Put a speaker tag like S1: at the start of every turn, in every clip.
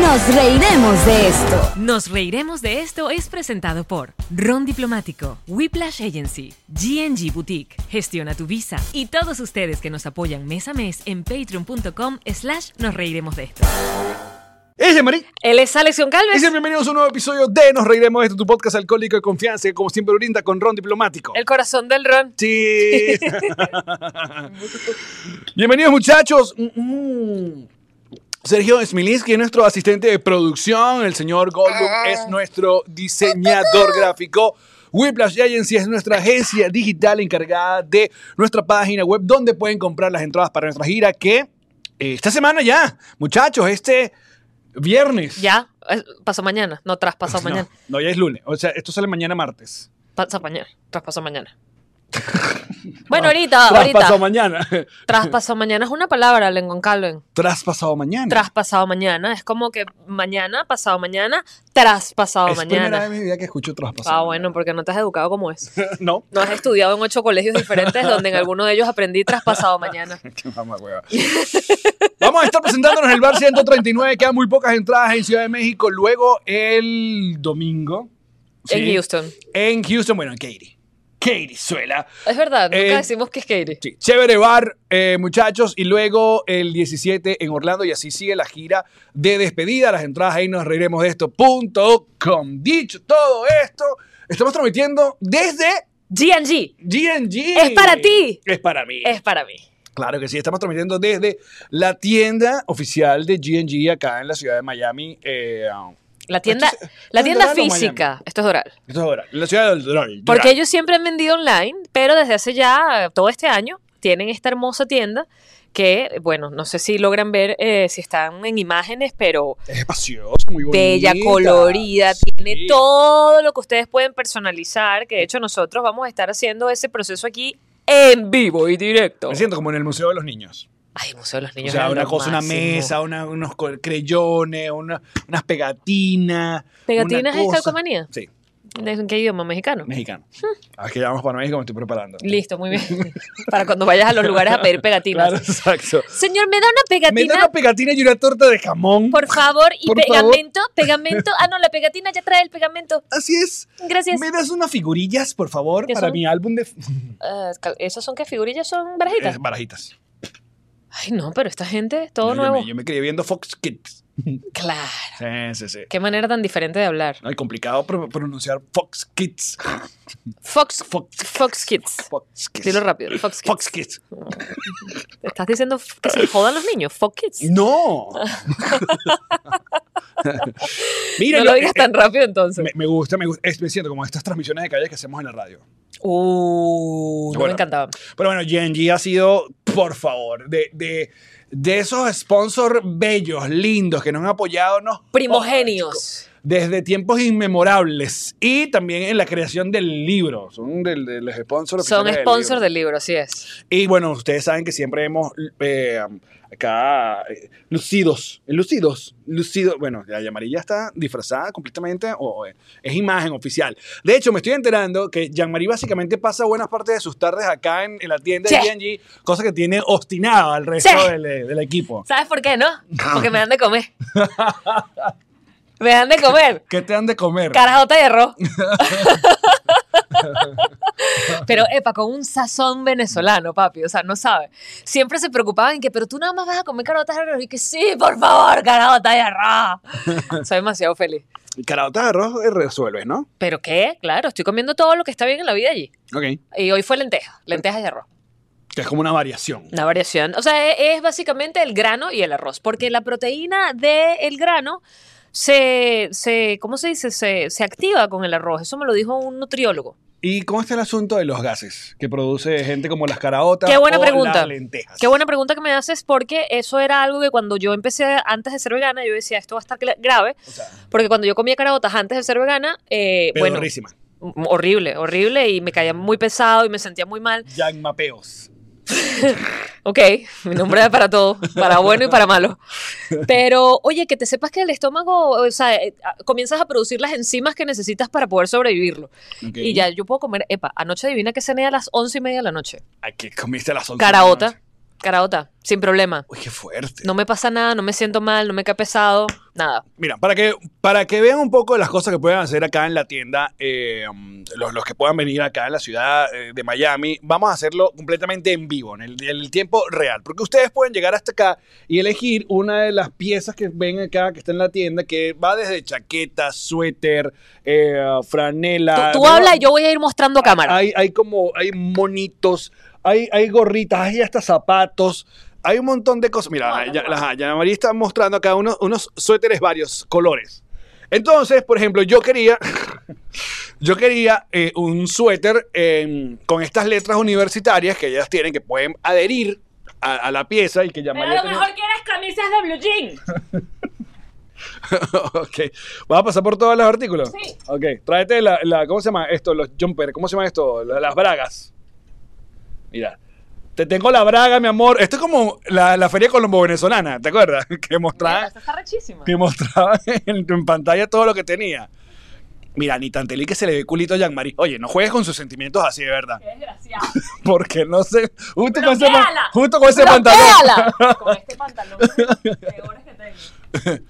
S1: Nos reiremos de esto.
S2: Nos reiremos de esto es presentado por Ron Diplomático, Whiplash Agency, GNG Boutique, Gestiona tu Visa y todos ustedes que nos apoyan mes a mes en patreon.com slash nos reiremos de esto.
S3: Ella es Marí.
S2: Él es Alex
S3: Y
S2: Goncalves,
S3: sean bienvenidos a un nuevo episodio de Nos Reiremos de Esto, tu podcast alcohólico de confianza que como siempre brinda con ron diplomático.
S2: el corazón del Ron.
S3: Sí. bienvenidos muchachos. Mm, mm. Sergio Smilinski es nuestro asistente de producción, el señor Goldblum
S2: Ah.
S3: es nuestro diseñador gráfico. Whiplash Agency es nuestra agencia digital encargada de nuestra página web donde pueden comprar las entradas para nuestra gira que eh, esta semana ya, muchachos, este viernes.
S2: Ya, eh, pasó mañana, no tras pasado
S3: No,
S2: mañana.
S3: No, ya es lunes. O sea, esto sale mañana martes.
S2: Pasa mañana, tras pasado mañana. bueno, ahorita,
S3: Tras
S2: ahorita.
S3: pasado Ah, mañana.
S2: Tras pasado mañana es una palabra, Lengón Calven.
S3: Tras pasado mañana.
S2: Tras pasado mañana, es como que mañana, pasado mañana, tras pasado
S3: es primera vez
S2: mañana.
S3: en mi vida que escucho tras pasado.
S2: Ah, bueno, porque no te has educado como es.
S3: mañana. no.
S2: No has estudiado en ocho colegios diferentes donde en alguno de ellos aprendí traspasado mañana.
S3: Qué mamahueva. Vamos a estar presentándonos en el bar 139. Quedan muy pocas entradas en Ciudad de México. Luego el domingo.
S2: En
S3: ¿sí?
S2: Houston.
S3: En Houston, bueno, en Katy. Katy Suela.
S2: Es verdad, nunca
S3: Eh,
S2: decimos que es Katie.
S3: Sí, chévere bar, eh, muchachos. Y luego el 17 en Orlando. Y así sigue la gira de despedida. Las entradas ahí nos reiremos de esto.com. Dicho todo esto, estamos transmitiendo desde
S2: GNG
S3: GNG.
S2: Es para ti.
S3: Es para mí.
S2: es para mí.
S3: Claro que sí, estamos transmitiendo desde la tienda oficial de GNG acá en la ciudad de Miami. eh, um,
S2: La tienda,
S3: Esto es-
S2: la
S3: ¿esto es
S2: tienda
S3: Doral o Miami?
S2: física, esto es Doral.
S3: esto es ahora, en la ciudad de Doral.
S2: Porque ellos siempre han vendido online, pero desde hace ya eh, todo este año tienen esta hermosa tienda que, bueno, no sé si logran ver eh, si están en imágenes, pero
S3: Es espacioso, muy bonita.
S2: bella, colorida, tiene
S3: Sí.
S2: todo lo que ustedes pueden personalizar, que de hecho nosotros vamos a estar haciendo ese proceso aquí en vivo y directo.
S3: Me siento como en el Museo de los Niños.
S2: Ay, el Museo de los
S3: O
S2: Niños.
S3: sea,
S2: era
S3: una
S2: lo
S3: cosa, una
S2: máximo.
S3: mesa, una- unos co- creyones, una- unas pegatinas.
S2: ¿Pegatinas
S3: una
S2: es
S3: cosa.
S2: calcomanía?
S3: Sí,
S2: ¿En qué idioma? ¿Mexicano?
S3: mexicano. Ah, es que ya vamos para México, me estoy preparando.
S2: Listo, muy bien. Para cuando vayas a los lugares a pedir pegatinas.
S3: Claro, exacto.
S2: Señor, ¿me da una
S3: Me
S2: pegatina?
S3: da una pegatina y una torta de jamón.
S2: Por favor, y
S3: Por favor.
S2: pegamento, pegamento. Ah, no, la pegatina ya trae el pegamento.
S3: Así es.
S2: Gracias.
S3: ¿Me das unas figurillas, por favor,
S2: ¿Qué
S3: para
S2: son?
S3: mi álbum de
S2: Ah, cal- ¿Esos son qué figurillas? ¿Son
S3: Eh,
S2: barajitas?
S3: barajitas?
S2: Ay, no, pero esta gente, todo
S3: No, yo
S2: nuevo.
S3: me- Yo me quedé viendo Fox Kids.
S2: Claro.
S3: Sí, sí, sí.
S2: Qué manera tan diferente de hablar.
S3: No, y complicado pro- pronunciar Fox Kids.
S2: Fox,
S3: Fox,
S2: Fox Kids.
S3: Fox Kids.
S2: Dilo rápido. Fox Kids.
S3: Fox Kids.
S2: Estás diciendo que se jodan los niños. Fox Kids.
S3: No. Mira,
S2: no
S3: yo-
S2: lo digas
S3: eh,
S2: tan rápido entonces.
S3: me, me gusta, me gusta. Es- me siento como estas transmisiones de calle que hacemos en la radio.
S2: Uh, no me
S3: Bueno.
S2: encantaba.
S3: Pero bueno, GNG ha sido, por favor, de, de, de esos sponsors bellos, lindos, que nos han apoyado. No,
S2: Primogenios.
S3: desde tiempos inmemorables y también en la creación del libro. Son del- de, los sponsors.
S2: Son
S3: oficiales del
S2: sponsors
S3: libro.
S2: del libro, así es.
S3: Y bueno, ustedes saben que siempre hemos eh, acá eh, lucidos, lucidos, lucidos. Bueno, la amarilla está disfrazada completamente o eh, es imagen oficial. De hecho, me estoy enterando que Jean-Marie básicamente pasa buenas partes de sus tardes acá en, en la tienda
S2: Sí.
S3: de GNG, cosa que tiene obstinado al resto
S2: Sí.
S3: del, eh, del equipo.
S2: ¿Sabes por qué, no? Porque me dan de comer. me dan de comer.
S3: ¿Qué te han de comer?
S2: Carajota de arroz. pero, epa, con un sazón venezolano, papi. O sea, no sabe. Siempre se preocupaban en que, pero tú nada más vas a comer carajotas de arroz. Y que, sí, por favor, carajotas de arroz. Soy demasiado feliz.
S3: Caraotas de arroz eh, resuelves, ¿no?
S2: ¿Pero qué? Claro, estoy comiendo todo lo que está bien en la vida allí.
S3: Ok.
S2: Y hoy fue lenteja, lentejas de arroz.
S3: Que es como una variación.
S2: Una variación. O sea, e- es, básicamente el grano y el arroz, porque la proteína del grano se, se, ¿cómo se dice? Se, se activa con el arroz. Eso me lo dijo un nutriólogo.
S3: ¿Y cómo está el asunto de los gases que produce gente como las caraotas
S2: Qué buena
S3: o
S2: pregunta.
S3: las lentejas?
S2: Qué buena pregunta que me haces, porque eso era algo que cuando yo empecé antes de ser vegana, yo decía, esto va a estar cla- grave,
S3: O sea,
S2: porque cuando yo comía caraotas antes de ser vegana, eh, bueno,
S3: pedorrísima.
S2: m- horrible, horrible, y me caía muy pesado y me sentía muy mal.
S3: Jack Mapeos.
S2: Ok, mi nombre es para todo, para bueno y para malo. Pero, oye, que te sepas que el estómago, o sea, eh, a- comienzas a producir las enzimas que necesitas para poder sobrevivirlo. Y ya yo puedo comer, epa, anoche adivina que cené a las once y media de la noche.
S3: Aquí comiste a las once.
S2: Caraota. Caraota, sin problema.
S3: Uy, qué fuerte.
S2: No me pasa nada, no me siento mal, no me cae pesado, nada.
S3: Mira, para que, para que vean un poco las cosas que pueden hacer acá en la tienda, eh, los, los que puedan venir acá en la ciudad eh, de Miami, vamos a hacerlo completamente en vivo, en el, en el tiempo real, porque ustedes pueden llegar hasta acá y elegir una de las piezas que ven acá, que está en la tienda, que va desde chaqueta, suéter, eh,
S2: Tú,
S3: franela.
S2: tú
S3: ¿no?
S2: habla y yo voy a ir mostrando
S3: ah,
S2: a cámara.
S3: Hay, hay como, hay monitos, hay, hay gorritas, hay hasta zapatos. Hay un montón de cosas. Mira, ya, ajá, ya María está mostrando acá unos, unos suéteres varios colores. Entonces, por ejemplo, yo quería, yo quería eh, un suéter eh, con estas letras universitarias que ellas tienen, que pueden adherir a, a la pieza y que ya María tenía-
S4: quieres camisas de blue jean.
S3: ok. ¿Vas a pasar por todos los artículos? Sí. Ok. Tráete la, la- ¿cómo se llama esto? Los jumper, ¿cómo se llama esto? La- Las bragas. Mira. Te tengo la braga, mi amor. Esto es como la, la feria colombo-venezolana, ¿te acuerdas? Que mostraba,
S2: está rechísima.
S3: que mostraba en, en pantalla todo lo que tenía. Mira, ni tan telí que se le ve culito a Jean-Marie. Oye, no juegues con sus sentimientos así, de verdad.
S2: desgraciado.
S3: Porque no sé. Justo con ese, pan-
S2: ¡Bloquéala!
S3: justo con ese pantalón.
S2: ¡Bloquéala! Con este pantalón, peores que tengo.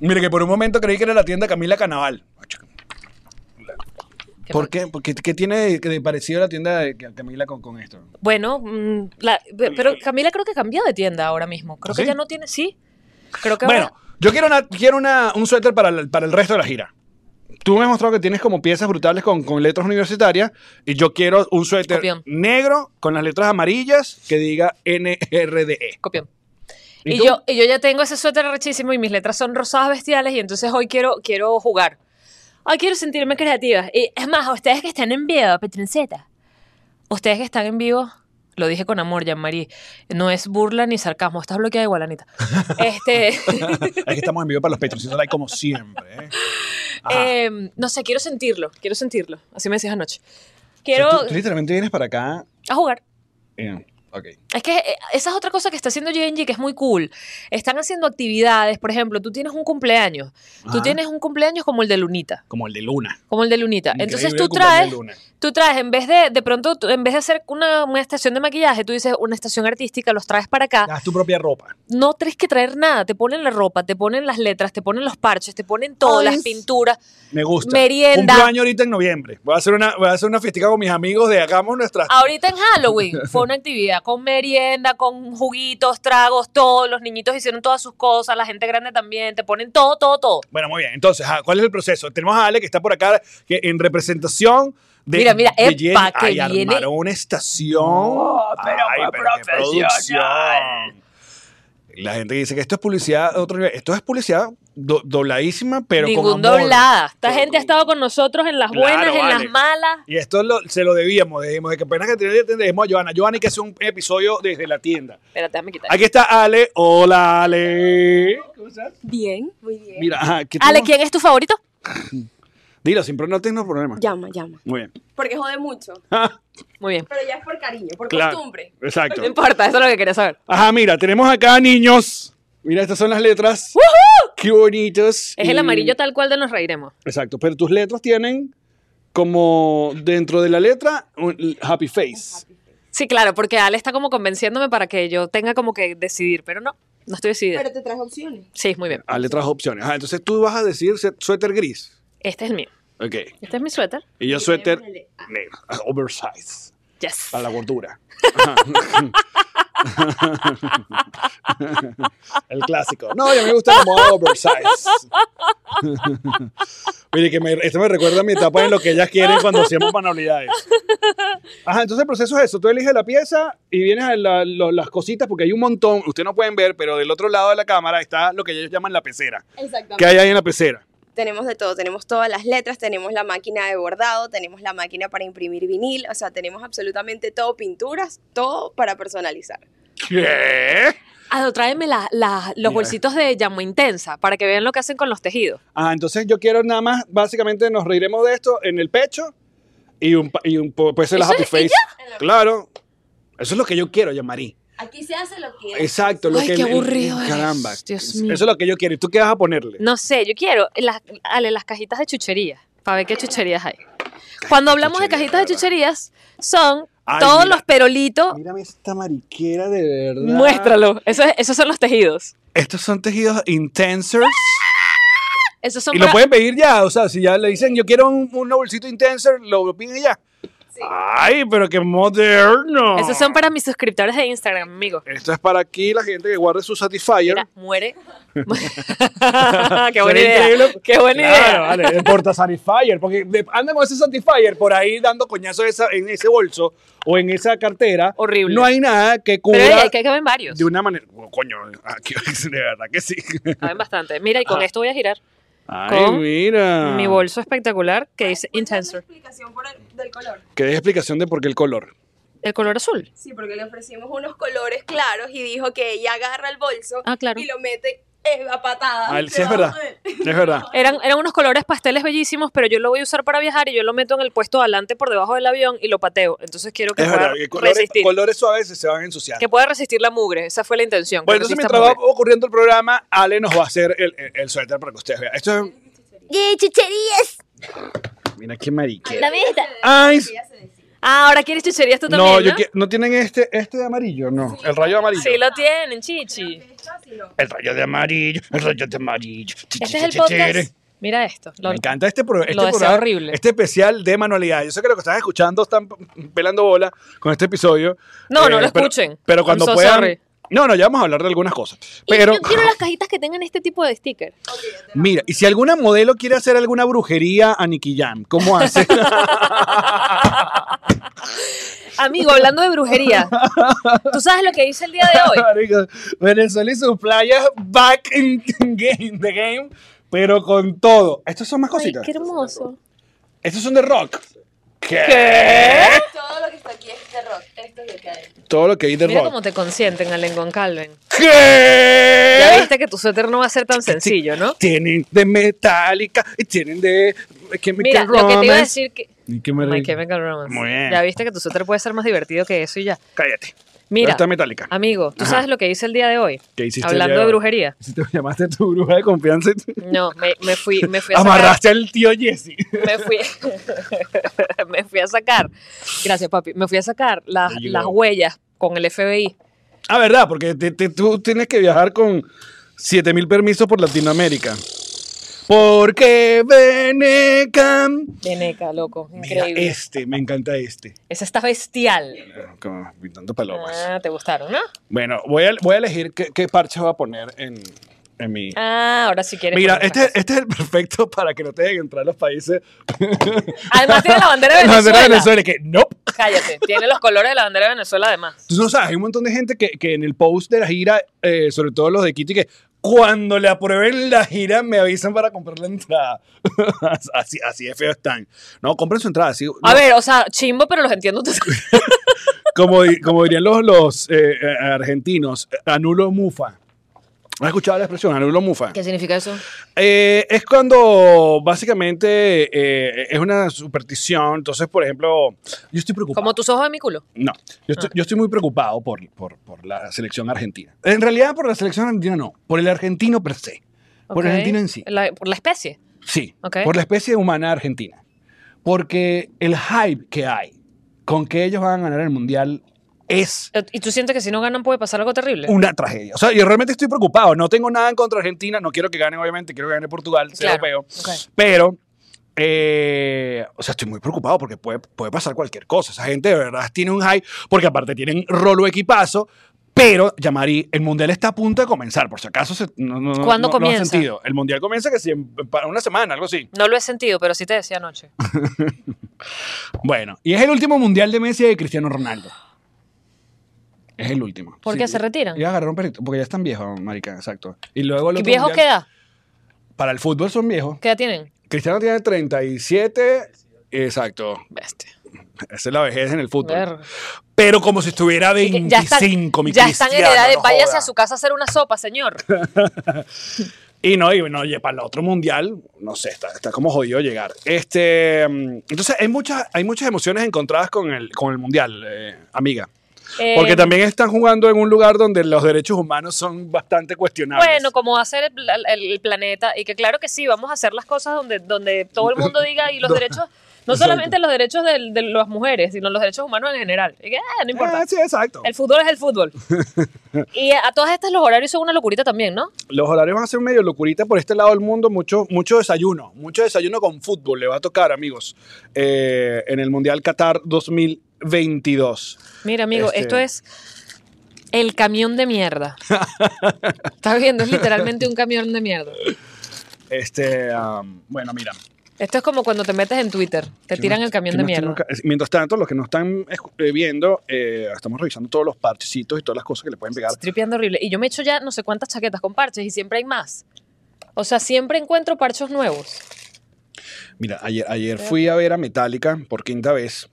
S3: Mire, que por un momento creí que era la tienda Camila Canaval.
S2: Qué
S3: ¿Por qué? Porque, ¿Qué tiene de, de parecido la tienda de Ca- Camila con, con esto?
S2: Bueno, mm, la- pero Camila creo que cambió de tienda ahora mismo. Creo
S3: ¿Ah, ¿Sí?
S2: que ya no tiene, sí. Creo que
S3: Bueno,
S2: ahora-
S3: yo quiero, una, quiero una- un suéter para, el- para el resto de la gira. Tú me has mostrado que tienes como piezas brutales con, con letras universitarias y yo quiero un suéter
S2: Copión.
S3: negro con las letras amarillas que diga NRDE.
S2: copión.
S3: E. ¿Y
S2: Y,
S3: tú?
S2: yo, y yo ya tengo ese suéter rechísimo y mis letras son rosadas bestiales y entonces hoy quiero, quiero jugar. Hoy quiero sentirme creativa. Y es más, ustedes que están en vivo, Petronceta, ustedes que están en vivo, lo dije con amor, Jean-Marie, no es burla ni sarcasmo, estás bloqueada igual, Anita. Este,
S3: Aquí estamos en vivo para los Patreons, like como siempre. ¿eh? Ajá.
S2: em, no sé, quiero sentirlo, quiero sentirlo. Así me decías anoche.
S3: O sea,
S2: Quiero
S3: tú, tú literalmente vienes para acá.
S2: a jugar.
S3: eh, ok.
S2: Es que eh, esa es otra cosa que está haciendo G&G que es muy cool. Están haciendo actividades, por ejemplo, tú tienes un cumpleaños.
S3: Ajá.
S2: Tú tienes un cumpleaños como el de Lunita,
S3: Como el de Luna.
S2: como el de Lunita. Entonces
S3: Increíble
S2: tú
S3: cumpleaños de
S2: traes,
S3: Luna.
S2: tú traes en vez de de pronto tú- en vez de hacer una, una estación de maquillaje, tú dices una estación artística, los traes para acá.
S3: Haz tu propia ropa.
S2: No tienes que traer nada, te ponen la ropa, te ponen las letras, te ponen los parches, te ponen todas las pinturas.
S3: Me gusta.
S2: Merienda.
S3: Cumplo año ahorita en noviembre. Voy a hacer una, voy a hacer una fiestica con mis amigos de hagamos nuestras.
S2: Ahorita en Halloween fue una actividad con merienda, con juguitos, tragos, todos los niñitos hicieron todas sus cosas, la gente grande también, te ponen todo, todo, todo.
S3: Bueno, muy bien. Entonces, ah, ¿cuál es el proceso? Tenemos a Ale que está por acá que en representación de.
S2: Mira, mira,
S3: de
S2: epa,
S3: Jenny.
S2: que
S3: Ay,
S2: viene. Oh,
S3: armaron una estación. Ay, pero qué producción. La gente que dice que esto es publicidad, de otro nivel. Esto es publicidad do- dobladísima, pero
S2: Ningún
S3: con amor.
S2: doblada. Esta
S3: Con-
S2: gente ha estado con nosotros en las
S3: Claro,
S2: buenas, en
S3: vale.
S2: las malas.
S3: Y esto lo- se lo debíamos, dijimos, de que apenas que tenemos atendemos a Joana. Joana hay que hacer un episodio desde la tienda.
S2: Espérate, déjame quitar.
S3: Aquí está Ale. Hola, Ale.
S5: Bien, muy bien.
S3: Mira, ajá, ¿qué
S2: Ale,
S3: tú-
S2: ¿quién es tu favorito?
S3: Dilo, siempre no tengo problema.
S5: Llama, llama.
S3: Muy bien. Ah,
S5: Porque jode mucho.
S2: Muy bien.
S5: Pero ya es por cariño, por
S3: Claro.
S5: costumbre.
S3: Exacto.
S2: No importa, eso es lo que quería saber.
S3: Ajá, mira, tenemos acá niños. Mira, estas son las letras. Qué bonitos.
S2: Es
S3: Y-
S2: el amarillo tal cual de nos reiremos.
S3: Exacto, pero tus letras tienen como dentro de la letra un happy face.
S2: Sí, claro, porque Ale está como convenciéndome para que yo tenga como que decidir, pero no, no estoy decidida.
S5: Pero te traes opciones.
S2: Sí, muy bien.
S3: Ah, letras opciones. Ajá, entonces tú vas a decir su- suéter gris.
S2: Este es el mío.
S3: Ok.
S2: Este es mi suéter.
S3: Y yo suéter
S2: ah.
S3: negro, oversize,
S2: Yes.
S3: para la gordura. El clásico. No, ya me gusta como oversize. Mire, que me, esto me recuerda a mi etapa en lo que ellas quieren cuando hacíamos manualidades. Ajá, entonces el proceso es eso. Tú eliges la pieza y vienes a la- lo- las cositas porque hay un montón. Ustedes no pueden ver, pero del otro lado de la cámara está lo que ellos llaman la pecera. ¿Qué
S5: Exactamente.
S3: hay ahí en la pecera?
S5: Tenemos de todo, tenemos todas las letras, tenemos la máquina de bordado, tenemos la máquina para imprimir vinil, o sea, tenemos absolutamente todo, pinturas, todo para personalizar.
S3: ¿Qué?
S2: Ah, no, tráeme la- la- los
S3: Mira.
S2: bolsitos de llama intensa para que vean lo que hacen con los tejidos.
S3: Ajá, entonces yo quiero nada más, básicamente nos reiremos de esto en el pecho y un, pa- y un po- puede ser la
S2: ¿Eso
S3: happy
S2: es-
S3: face. Claro. Eso es lo que yo quiero, Yamari.
S5: Aquí se hace lo que
S3: Exacto, lo
S2: Ay,
S3: que
S2: qué
S3: el- el-
S2: aburrido eres.
S3: caramba.
S2: Dios
S3: Eso
S2: mío.
S3: es lo que yo quiero. ¿Y tú qué vas a ponerle?
S2: No sé, yo quiero las, Ale, las cajitas de chucherías, para ver qué chucherías hay. Cuando hablamos de
S3: chucherías,
S2: cajitas de
S3: ¿verdad?
S2: chucherías, son
S3: Ay,
S2: Todos
S3: mira.
S2: los perolitos,
S3: Mírame esta mariquera de verdad.
S2: muéstralo. Eso es- esos son los tejidos.
S3: Estos son tejidos intensers.
S2: Esos Ah, son
S3: Y lo
S2: para-
S3: pueden pedir ya. O sea, si ya le dicen, yo quiero un, un bolsito intenser, lo piden ya. Ay, pero qué moderno.
S2: Esos son para mis suscriptores de Instagram, amigo.
S3: Esto es para aquí la gente que guarde su Satisfyer.
S2: Mira, muere. qué
S3: Suena
S2: buena idea.
S3: increíble.
S2: Qué buena idea.
S3: Claro, vale, el porta Satisfyer, porque de- anda con ese Satisfyer por ahí dando coñazos esa- en ese bolso o en esa cartera.
S2: Horrible.
S3: No hay nada que cubra
S2: Pero oye, hay que caben varios.
S3: de una manera. Oh, coño, aquí, de verdad que sí.
S2: Caben bastante. Mira, y con
S3: Ajá.
S2: esto voy a girar.
S3: Ay,
S2: Con
S3: mira.
S2: Mi bolso espectacular que dice Intenser.
S5: explicación por el- del color.
S3: Que des explicación de por qué el color.
S2: El color azul.
S5: Sí, porque le ofrecimos unos colores claros y dijo que ella agarra el bolso
S2: Ah, claro.
S5: y lo mete eh, a patadas.
S3: Ah, sí, es verdad. Es verdad.
S2: Eran, eran unos colores pasteles bellísimos, pero yo lo voy a usar para viajar y yo lo meto en el puesto de adelante por debajo del avión y lo pateo. Entonces quiero que
S3: Es
S2: pueda
S3: verdad. que Colores,
S2: resistir.
S3: colores suaves se van a ensuciar.
S2: Que pueda resistir la mugre. Esa fue la intención. que
S3: Bueno, entonces
S2: resista
S3: mientras va
S2: mugre.
S3: ocurriendo el programa, Ale nos va a hacer el, el, el suéter para que ustedes vean. Esto es.
S1: ¡Yay, chucherías!
S3: Mira qué mariquera.
S1: La vista.
S3: Ay,
S2: Ah, ahora quieres chucherías tú también.
S3: no, yo
S2: ¿no?
S3: qui- no tienen este, este de amarillo, no. El rayo amarillo.
S2: Sí, lo tienen, chichi.
S3: El rayo de amarillo, el rayo de amarillo.
S2: Este es el podcast. Mira esto. Lo-
S3: Me encanta este, pro- este
S2: Lo deseo
S3: programa,
S2: horrible.
S3: este especial de manualidad. Yo sé que lo que estás escuchando están p- pelando bola con este episodio. Eh,
S2: No, no lo
S3: pero-
S2: escuchen.
S3: Pero
S2: I'm
S3: cuando
S2: so
S3: puedan.
S2: sorry.
S3: No, no, ya vamos a hablar de algunas cosas.
S2: Y
S3: Pero
S2: yo quiero las cajitas que tengan este tipo de sticker.
S3: mira, y si alguna modelo quiere hacer alguna brujería a Nicky Jam, ¿cómo hace?
S2: Amigo, hablando de brujería, ¿tú sabes lo que hice el día de hoy?
S3: Marico, Venezuela y sus playas back in game, the game, pero con todo. Estos son más
S2: Ay,
S3: cositas.
S2: qué hermoso.
S3: Estos son de rock. ¿Qué?
S5: Todo lo que está aquí es de rock. Esto es de caer.
S3: Todo lo que hay de
S2: Mira
S3: rock.
S2: cómo te consienten, Alengón Calvin.
S3: ¿Qué?
S2: Ya viste que tu suéter no va a ser tan sencillo, ¿no?
S3: Tienen de Metallica y tienen de Chemical
S2: Mira, lo que te iba a
S3: Romance.
S2: decir que...
S3: Y que me
S2: My
S3: reí.
S2: Chemical Romance.
S3: Muy bien.
S2: Ya viste que tu suéter puede ser más divertido que eso y ya.
S3: Cállate.
S2: Mira,
S3: Esta Metallica.
S2: amigo, ¿tú
S3: Ajá.
S2: sabes lo que hice el día de hoy?
S3: ¿Qué hiciste el
S2: Hablando
S3: día de
S2: de
S3: hoy?
S2: brujería.
S3: Si te llamaste a tu bruja de confianza, y te-
S2: No, me, me fui, me fui a sacar-
S3: amarraste al tío Jesse.
S2: me fui, me fui a sacar, gracias papi, me fui a sacar las,
S3: There you
S2: las
S3: go.
S2: huellas con el FBI.
S3: Ah, verdad, porque te- te- tú tienes que viajar con 7000 permisos por Latinoamérica. Porque Venecam.
S2: Veneca, loco,
S3: Mira,
S2: increíble.
S3: este, me encanta este.
S2: Esa está bestial.
S3: Como pintando palomas.
S2: Ah, te gustaron, ¿no?
S3: Bueno, voy a, voy a elegir qué, qué parche voy a poner en, en mi.
S2: Ah, ahora sí quieres.
S3: Mira,
S2: poner otra
S3: este, este es el perfecto para que no te dejen entrar a los países.
S2: cosa. Además tiene la bandera de
S3: La
S2: Venezuela.
S3: bandera de Venezuela, que nope.
S2: Cállate, tiene los colores de la bandera de Venezuela además.
S3: Tú no sabes, hay un montón de gente que, que en el post de la gira, eh, sobre todo los de Kitty, que cuando le aprueben la gira me avisan para comprar la entrada. así, así de feo están. No, compren su entrada. Así,
S2: A
S3: no,
S2: ver, o sea, chimbo, pero los entiendo.
S3: Como, di- como dirían los, los eh, eh, argentinos, eh, anulo mufa. ¿Has escuchado la expresión anulo mufa?
S2: ¿Qué significa eso?
S3: Eh, es cuando básicamente eh, es una superstición. Entonces, por ejemplo, yo estoy preocupado.
S2: Como tus ojos de mi culo.
S3: No, yo
S2: Ah.
S3: estoy, yo estoy muy preocupado por, por, por la selección argentina. En realidad, por la selección argentina no, por el argentino per se, por el
S2: Ok.
S3: argentino en sí.
S2: La- por la especie.
S3: Sí,
S2: Ok.
S3: por la especie humana argentina. Porque el hype que hay con que ellos van a ganar el mundial es
S2: Eh, Y tú sientes que si no ganan puede pasar algo terrible.
S3: una tragedia. O sea, yo realmente estoy preocupado. No tengo nada en contra Argentina. No quiero que gane, obviamente. Quiero que gane Portugal, sea
S2: Claro,
S3: europeo.
S2: ok.
S3: Pero, eh, o sea, estoy muy preocupado porque puede, puede pasar cualquier cosa. Esa gente de verdad tiene un hype porque aparte tienen rolo equipazo. Pero, Yamari, el mundial está a punto de comenzar. Por si acaso, se- no, no, no-
S2: ¿Cuándo
S3: no- no ha
S2: comienza?
S3: sentido. El mundial comienza que si en- para una semana, algo así.
S2: No lo he sentido, pero sí te decía anoche.
S3: Bueno, y es el último mundial de Messi y de Cristiano Ronaldo. Es el último.
S2: ¿Por qué? ¿Se retiran?
S3: Ya agarraron pelito, porque ya están viejos, marica, exacto. Y luego el
S2: ¿Y
S3: otro
S2: viejos
S3: mundial-
S2: qué edad?
S3: Para el fútbol son viejos.
S2: ¿Qué edad tienen?
S3: Cristiano tiene 37. Exacto.
S2: Bestia.
S3: Esa es la vejez en el fútbol.
S2: Ver.
S3: Pero como si estuviera
S2: Y que ya
S3: 25,
S2: están,
S3: mi
S2: ya están en
S3: Cristiano,
S2: edad de
S3: no
S2: váyase
S3: joda.
S2: a su casa a hacer una sopa, señor.
S3: Y no, y bueno, oye, para el otro mundial, no sé, está, está como jodido llegar. Este, mm, entonces, hay muchas, hay muchas emociones encontradas con el, con el mundial, eh, amiga.
S2: Eh,
S3: Porque también están jugando en un lugar donde los derechos humanos son bastante cuestionables.
S2: Bueno, como hacer el, pla- el- el planeta y que claro que sí, vamos a hacer las cosas donde, donde todo el mundo diga y los derechos No
S3: Exacto.
S2: solamente los derechos del- de, las mujeres, sino los derechos humanos en general. Y que, ah, no importa.
S3: Ah, sí, exacto.
S2: El fútbol es el fútbol. y a todas estas los horarios son una locurita también, ¿no?
S3: Los horarios van a ser medio locurita por este lado del mundo. Mucho, mucho desayuno. Mucho desayuno con fútbol. Le va a tocar, amigos. eh, en el Mundial Qatar 2022.
S2: Mira, amigo,
S3: Este-
S2: esto es el camión de mierda. ¿Estás viendo? Es literalmente un camión de mierda.
S3: Este, am, bueno, mira.
S2: Esto es como cuando te metes en Twitter, te
S3: ¿Qué
S2: tiran
S3: más-
S2: el camión
S3: qué
S2: de
S3: más tengo
S2: mierda.
S3: acá? Es- Mientras tanto, los que nos están escu- eh, viendo, eh, estamos revisando todos los parchecitos y todas las cosas que le pueden pegar.
S2: Estoy tripeando horrible. Y yo me he hecho ya no sé cuántas chaquetas con parches y siempre hay más. O sea, siempre encuentro parchos nuevos.
S3: Mira, ayer, ayer fui a ver a Metallica por quinta vez.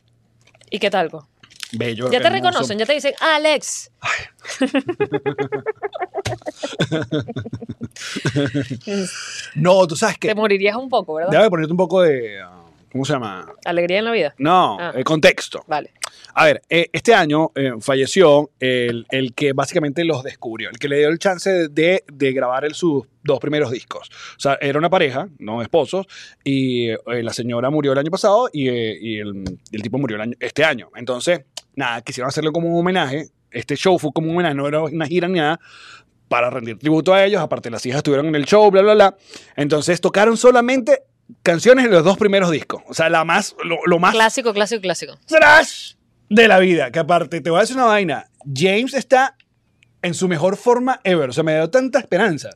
S2: ¿Y qué tal? co?
S3: Bello.
S2: Ya te
S3: hermoso.
S2: reconocen, ya te dicen, "Ah, Alex.
S3: No, tú sabes que.
S2: Te morirías un poco, ¿verdad?
S3: Déjame ponerte un poco de. ah, ¿Cómo se llama?
S2: Alegría en la vida.
S3: No,
S2: Ah.
S3: eh, contexto.
S2: Vale.
S3: A ver, eh, este año eh, falleció el, el que básicamente los descubrió, el que le dio el chance de, de grabar el- sus dos primeros discos. O sea, era una pareja, no esposos, y eh, la señora murió el año pasado y, eh, y el, el tipo murió el año, este año. Entonces, nada, quisieron hacerle como un homenaje. Este show fue como un homenaje, no era una gira ni nada, para rendir tributo a ellos. Aparte, las hijas estuvieron en el show, bla, bla, bla. Entonces, tocaron solamente canciones de los dos primeros discos. O sea, la más, lo, lo más
S2: Clásico, clásico, clásico.
S3: trash de la vida. Que aparte, te voy a decir una vaina. James está en su mejor forma ever. O sea, me dio tanta esperanza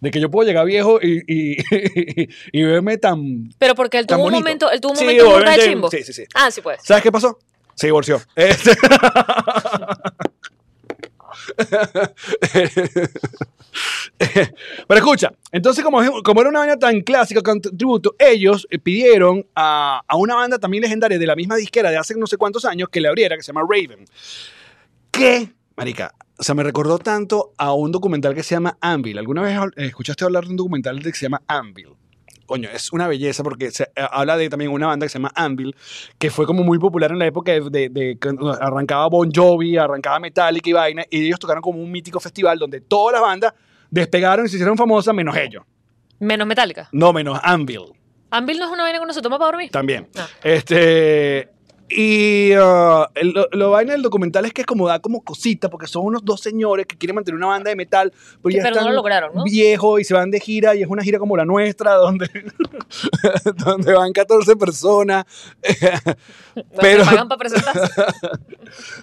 S3: de que yo puedo llegar viejo y, y, y verme tan.
S2: Pero porque él
S3: Tan
S2: tuvo un
S3: bonito.
S2: momento, él tuvo un
S3: Sí,
S2: momento burda de
S3: obviamente,
S2: chimbo.
S3: sí, sí, sí.
S2: Ah, sí, pues.
S3: ¿Sabes qué pasó? Se divorció. Este- Pero escucha, entonces como, es- como era una vaina tan clásica con t- tributo, ellos eh, pidieron a, a una banda también legendaria de la misma disquera de hace no sé cuántos años que le abriera, que se llama Raven. ¿Qué? Marica, o sea, me recordó tanto a un documental que se llama Anvil. ¿Alguna vez hab- eh, escuchaste hablar de un documental de- que se llama Anvil? Coño, es una belleza porque se eh, habla de también una banda que se llama Anvil, que fue como muy popular en la época de, de- de cuando arrancaba Bon Jovi, arrancaba Metallica y vaina, y ellos tocaron como un mítico festival donde todas las bandas despegaron y se hicieron famosas, menos ellos.
S2: Menos metálica.
S3: No, menos Anvil
S2: Anvil no es una vaina que uno se toma para dormir.
S3: también.
S2: Ah.
S3: Este. Y ah, el- lo, lo vaina del documental es que es como da como cosita, porque son unos dos señores que quieren mantener una banda de metal, pero
S2: Sí, pero
S3: ya
S2: no
S3: están
S2: lo lograron, ¿no?
S3: viejos y se van de gira, y es una gira como la nuestra, donde, donde van 14 personas. Pero-
S2: Pero... pagan para presentarse.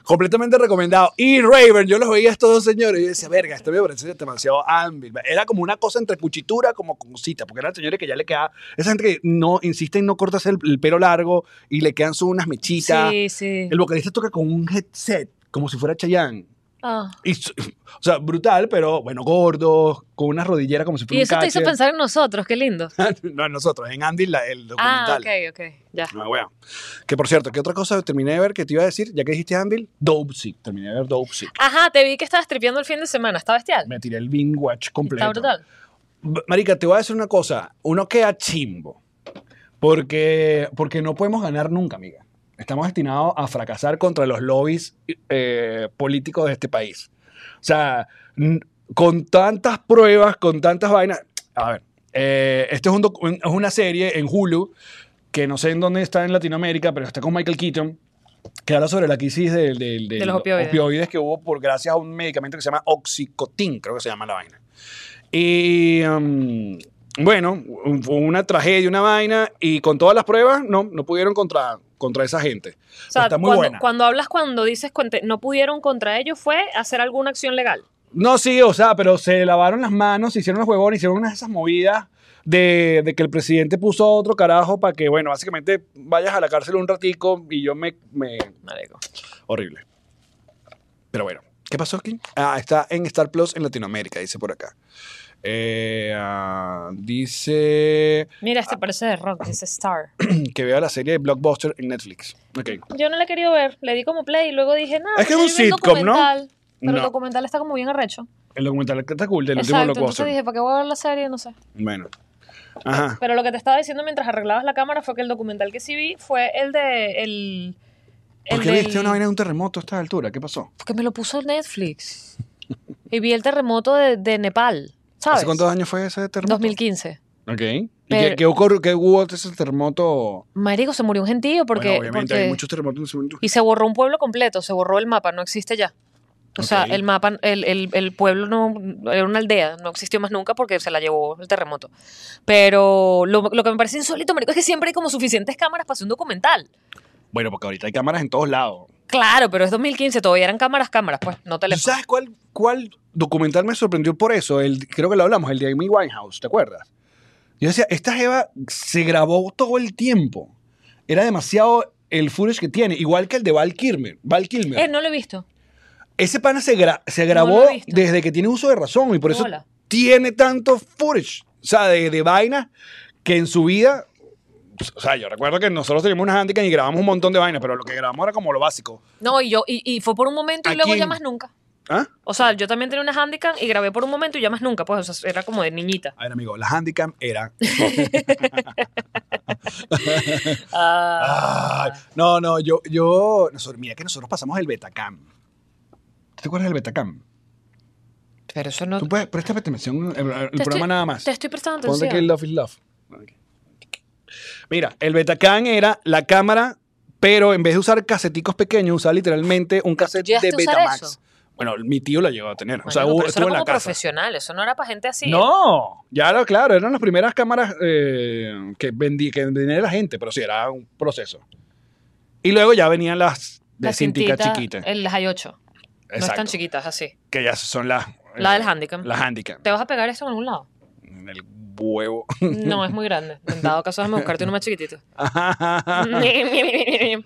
S3: completamente recomendado. Y Raven, yo los veía a estos dos señores y yo decía, verga, esto me parece demasiado ámbil. Era como una cosa entre cuchitura, como cosita, porque eran señores que ya le queda. Esa gente que no insiste en no cortarse el, el pelo largo y le quedan solo unas mechitas.
S2: Sí, sí.
S3: El vocalista toca con un headset, como si fuera Chayanne.
S2: Ah.
S3: Y su- o sea, brutal, pero bueno, gordos, con unas rodilleras como si fuera
S2: Y eso
S3: un
S2: te hizo
S3: cache.
S2: pensar en nosotros, qué lindo.
S3: no, en nosotros, en Andy, la- el documental.
S2: Ah, ok, ok. Ya.
S3: No, bueno. Que por cierto, ¿qué otra cosa terminé de ver que te iba a decir? Ya que dijiste Anvil, Dope Sick. Terminé de ver Dope Sick.
S2: Ajá, te vi que estabas tripeando el fin de semana. Está bestial.
S3: Me tiré el binge watch completo.
S2: Está brutal.
S3: B- Marica, te voy a decir una cosa. Uno queda chimbo. Porque, porque no podemos ganar nunca, amiga. Estamos destinados a fracasar contra los lobbies eh, políticos de este país. O sea, n- con tantas pruebas, con tantas vainas. A ver, eh, esto es, un docu- un- es una serie en Hulu que no sé en dónde está en Latinoamérica, pero está con Michael Keaton, que habla sobre la crisis del- del- del-
S2: De los opioides.
S3: que hubo por gracias a un medicamento que se llama Oxycotin, creo que se llama la vaina. Y um, bueno, un- fue una tragedia, una vaina, y con todas las pruebas, no, no pudieron contra, contra esa gente.
S2: O sea,
S3: está muy
S2: cuando,
S3: buena.
S2: cuando hablas, cuando dices cuente- no pudieron contra ellos, fue hacer alguna acción legal.
S3: No, sí, o sea, pero se lavaron las manos, se hicieron los huevones, hicieron unas de esas movidas de, de que el presidente puso otro carajo para que, bueno, básicamente vayas a la cárcel un ratico y yo me... me-
S2: Marico.
S3: Horrible. Pero bueno, ¿qué pasó aquí? Ah, está en Star Plus en Latinoamérica, dice por acá. Eh, ah, dice
S2: Mira, este parece de rock, dice Star.
S3: que vea la serie de Blockbuster en Netflix. Ok.
S2: Yo no la he querido ver, le di como play y luego dije, nada,
S3: Es que es
S2: yo
S3: un
S2: vi el
S3: sitcom, ¿no?
S2: documental, Pero
S3: No.
S2: el documental está como bien arrecho.
S3: El documental que está cool, del último
S2: Exacto,
S3: Blockbuster.
S2: entonces dije, ¿para qué voy a ver la serie? No sé.
S3: Bueno. Ajá.
S2: Pero lo que te estaba diciendo mientras arreglabas la cámara fue que el documental que sí vi fue el de. El, el
S3: ¿Por qué
S2: del-
S3: viste una vaina de un terremoto a esta altura? ¿Qué pasó?
S2: Porque me lo puso Netflix. y vi el terremoto de, de Nepal, ¿sabes?
S3: ¿Hace cuántos años fue ese terremoto?
S2: 2015.
S3: Ok. ¿Y ¿Y qué,
S2: Pero-
S3: qué ocurrió? ¿Qué hubo antes del terremoto?
S2: Marico, se murió un gentío porque...
S3: Bueno, obviamente
S2: porque-
S3: hay muchos terremotos en ese momento.
S2: Y se borró un pueblo completo, se borró el mapa, no existe ya. O sea,
S3: Ok.
S2: el mapa, el, el- el pueblo no era una aldea, no existió más nunca porque se la llevó el terremoto. Pero lo, lo que me parece insólito, marico, es que siempre hay como suficientes cámaras para hacer un documental.
S3: Bueno, porque ahorita hay cámaras en todos lados.
S2: Claro, pero es 2015, todavía eran cámaras, cámaras, pues, no
S3: ¿Y
S2: teléfono.
S3: ¿Sabes cuál, cuál documental me sorprendió por eso? El, creo que lo hablamos, el de Amy Winehouse, ¿te acuerdas? Yo decía, esta Eva se grabó todo el tiempo. Era demasiado el footage que tiene, igual que el de Val Kilmer. Val Kilmer.
S2: Eh, no lo he visto.
S3: Ese pana se, gra- se
S2: No lo
S3: grabó
S2: he visto.
S3: desde que tiene uso de razón y por eso
S2: Hola.
S3: tiene tanto footage, o sea, de, de vainas que en su vida. O sea, yo recuerdo que nosotros teníamos unas handicap y grabamos un montón de vainas, pero lo que grabamos era como lo básico.
S2: No, y yo, y, y fue por un momento
S3: ¿A
S2: y luego
S3: quién?
S2: ya más nunca.
S3: ¿Ah?
S2: O sea, yo también tenía una handicap y grabé por un momento y ya más nunca, pues, o sea, era como de niñita.
S3: A ver, amigo, las handicap eran.
S2: Ah.
S3: Ay, no, no, yo, yo. Nosotros, mira que nosotros pasamos el Betacam. ¿Tú te acuerdas del Betacam?
S2: Pero eso no...
S3: Tú puedes, presta atención el, el
S2: Te
S3: programa
S2: estoy-
S3: nada más.
S2: Te estoy prestando
S3: Ponte
S2: atención.
S3: que Love is Love. Mira, el Betacam era la cámara, pero en vez de usar caseticos pequeños, usaba literalmente un cassette
S2: ¿Llegaste
S3: de
S2: a usar
S3: Betamax.
S2: eso?
S3: Bueno, mi tío lo llegó a tener. o sea,
S2: Marico,
S3: hubo-
S2: pero eso era
S3: estuvo en la
S2: como
S3: casa.
S2: profesional, eso no era para gente así.
S3: No, ya era claro, eran las primeras cámaras eh, que, vendí, que vendía la gente, pero sí, era un proceso. Y luego ya venían las de
S2: La
S3: cintica
S2: cintita,
S3: chiquita.
S2: El hay 8. eh, No
S3: Exacto,
S2: están chiquitas así.
S3: Que ya son las.
S2: La
S3: eh,
S2: del handicap.
S3: Las handicap.
S2: ¿Te vas a pegar eso en algún lado?
S3: En el huevo.
S2: No, es muy grande. En dado caso, déjame buscarte uno más chiquitito.
S3: Ah.
S2: Eh,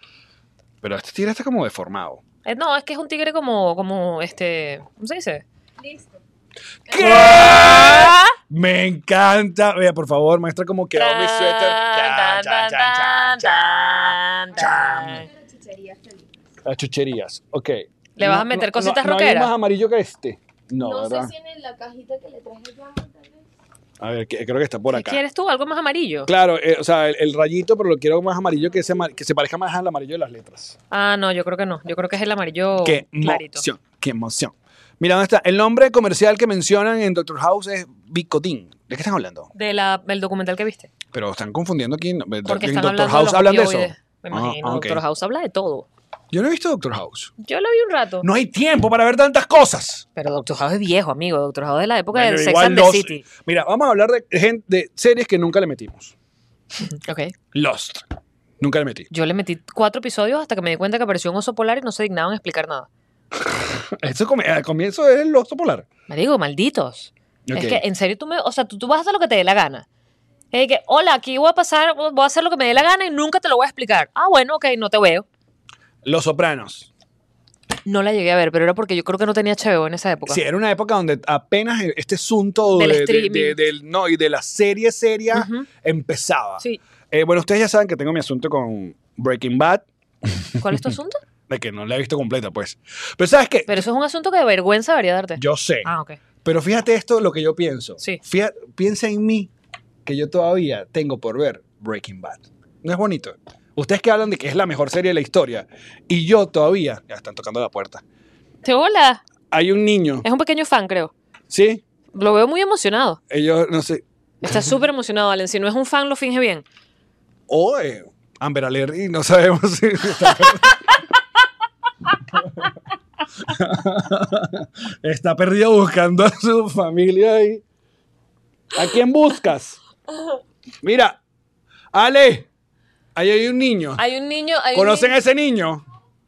S3: pero este tigre está como deformado.
S2: no, es que es un tigre como, como este. ¿Cómo se dice?
S3: ¿Qué? Me encanta. Vea, por favor, muestra cómo quedó mi suéter. Chan,
S2: Tan,
S3: chan,
S2: tan,
S3: chan,
S2: tan,
S3: chan, chan.
S2: tan, tan.
S3: Las chucherías. Ok.
S2: ¿Le vas a meter cositas
S3: no, ¿No
S2: rockeras?
S3: hay más amarillo que este? No, ¿verdad?
S5: en la cajita que le traje ya,
S3: A ver, que- creo que está por
S2: ¿Qué
S3: acá.
S2: ¿Quieres tú algo más amarillo?
S3: Claro, eh, o sea, el, el rayito, pero lo quiero más amarillo que se, que se parezca más al amarillo de las letras.
S2: Ah, no, yo creo que no. Yo creo que es el amarillo
S3: qué
S2: Oh, clarito.
S3: emoción, qué emoción. Mira, ¿dónde está? El nombre comercial que mencionan en Doctor House es Bicotín. ¿De qué están hablando?
S2: Del documental que viste.
S3: Pero están confundiendo aquí. ¿no?
S2: Porque
S3: ¿En
S2: están
S3: Doctor
S2: hablando
S3: House
S2: de, los
S3: hablan de eso?
S2: opioides. Me
S3: Ah,
S2: imagino.
S3: ah, ok.
S2: Doctor House habla de todo.
S3: Yo no he visto Doctor House.
S2: Yo lo vi un rato.
S3: No hay tiempo para ver tantas cosas.
S2: Pero Doctor House es viejo, amigo. Doctor House de la época
S3: Bueno,
S2: del Sex
S3: igual
S2: and the
S3: Lost.
S2: City.
S3: Mira, vamos a hablar de, gen- de series que nunca le metimos.
S2: Ok.
S3: Lost. Nunca le metí.
S2: Yo le metí cuatro episodios hasta que me di cuenta que apareció un oso polar y no se dignaban a explicar nada.
S3: Eso come- al comienzo es el Lost Polar.
S2: Me digo, malditos.
S3: Ok.
S2: Es que en serio tú me. O sea, tú, tú vas a hacer lo que te dé la gana. Es de que, hola, aquí voy a pasar, voy a hacer lo que me dé la gana y nunca te lo voy a explicar. Ah, bueno, ok, no te veo.
S3: Los Sopranos.
S2: No la llegué a ver, pero era porque yo creo que no tenía HBO en esa época.
S3: Sí, era una época donde apenas este asunto
S2: Del
S3: de- de-
S2: streaming.
S3: de- del- no, y de la serie seria
S2: Ujú.
S3: empezaba.
S2: Sí.
S3: Eh, bueno, ustedes ya saben que tengo mi asunto con Breaking Bad,
S2: ¿Cuál es tu asunto?
S3: de que no la he visto completa, pues. Pero ¿sabes qué?
S2: Pero eso es un asunto que de vergüenza debería darte.
S3: yo sé.
S2: Ah, ok.
S3: Pero fíjate esto, lo que yo pienso.
S2: Sí.
S3: Fía- piensa en mí, que yo todavía tengo por ver Breaking Bad. ¿No es bonito? Ustedes que hablan de que es la mejor serie de la historia, y yo todavía... Ya están tocando la puerta.
S2: Te hola.
S3: Hay un niño,
S2: Es un pequeño fan, creo.
S3: ¿sí?
S2: Lo veo muy emocionado.
S3: Ellos, no sé...
S2: Está súper emocionado, Allen. Si no es un fan, lo finge bien.
S3: O eh, Amber Alert y no sabemos si... Está, está perdido buscando a su familia y... ¿A quién buscas? Mira, Ale, ahí hay un niño.
S2: Hay un niño. Hay un
S3: ¿Conocen
S2: niño-
S3: a ese niño?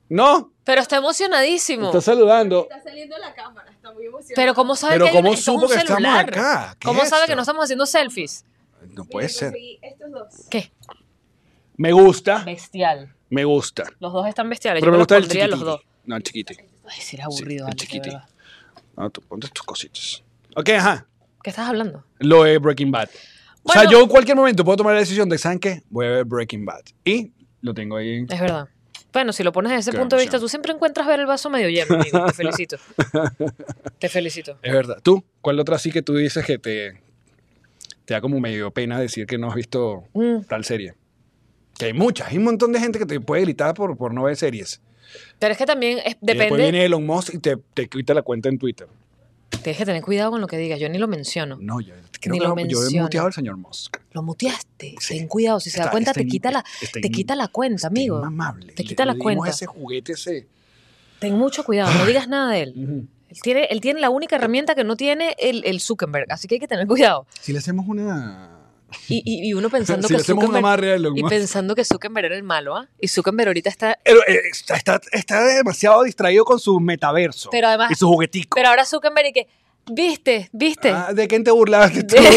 S3: ¿No?
S2: Pero está emocionadísimo.
S3: Está saludando.
S5: Está saliendo la cámara, está muy emocionada.
S2: Pero ¿cómo sabe
S3: Pero
S2: que hay
S3: ¿cómo
S2: un- esto es
S3: supo
S2: un
S3: que estamos
S2: celular?
S3: acá? ¿Qué
S2: ¿Cómo
S3: es
S2: sabe
S3: esto?
S2: que no estamos haciendo selfies?
S3: No puede ser.
S5: Conseguí estos dos.
S2: ¿Qué?
S3: Me gusta,
S2: Bestial.
S3: me gusta.
S2: Los dos están bestiales.
S3: Pero
S2: Yo me
S3: me
S2: los
S3: gusta el
S2: pondría a los
S3: chiquitito.
S2: dos.
S3: No, el chiquitito.
S2: Ay, será
S3: Sí,
S2: aburrido,
S3: el
S2: Ale, de
S3: chiquitito.
S2: verdad.
S3: No, tú ponte tus cositas. Ok, ajá.
S2: ¿Qué estás hablando?
S3: Lo de Breaking Bad. o sea,
S2: Bueno.
S3: yo en cualquier momento puedo tomar la decisión de, ¿saben qué? Voy a ver Breaking Bad. Y lo tengo ahí.
S2: Es verdad. Bueno, si lo pones desde ese
S3: Qué
S2: punto de vista,
S3: emoción.
S2: tú siempre encuentras ver el vaso medio lleno, amigo. Te felicito. Te felicito.
S3: Es verdad. ¿Tú? ¿Cuál otra sí que tú dices que te, te da como medio pena decir que no has visto
S2: Mm.
S3: tal serie? Que hay muchas. Hay un montón de gente que te puede gritar por, por no ver series.
S2: Pero es que también es-
S3: Y después
S2: depende.
S3: viene Elon Musk y te, te quita la cuenta en Twitter.
S2: Tienes que tener cuidado con lo que digas. Yo ni lo menciono.
S3: No, yo Creo
S2: Ni
S3: que
S2: lo
S3: lo- yo he
S2: menciona.
S3: muteado al señor Musk.
S2: Lo muteaste.
S3: Sí.
S2: Ten cuidado. Si se da
S3: Está-
S2: cuenta,
S3: está
S2: te
S3: in-
S2: quita, la,
S3: está
S2: te
S3: in-
S2: quita la cuenta, amigo.
S3: Amable.
S2: Te quita la cuenta.
S3: ese juguete ese.
S2: Ten mucho cuidado. No digas nada de él.
S3: Ujú.
S2: Él tiene, él tiene la única herramienta que no tiene el, el Zuckerberg. Así que hay que tener cuidado.
S3: Si le hacemos una.
S2: Y, y- y uno pensando
S3: si
S2: que
S3: le hacemos una
S2: Zuckerberg.
S3: amarre a Elon
S2: Y
S3: Musk.
S2: pensando que Zuckerberg era el malo, ¿ah? Y Zuckerberg ahorita está.
S3: Pero, eh, está, está- está demasiado distraído con su metaverso.
S2: Pero además-
S3: Y su juguetico.
S2: Pero ahora Zuckerberg y que. ¿Viste? ¿Viste?
S3: Ah, ¿De quién te burlaste tú?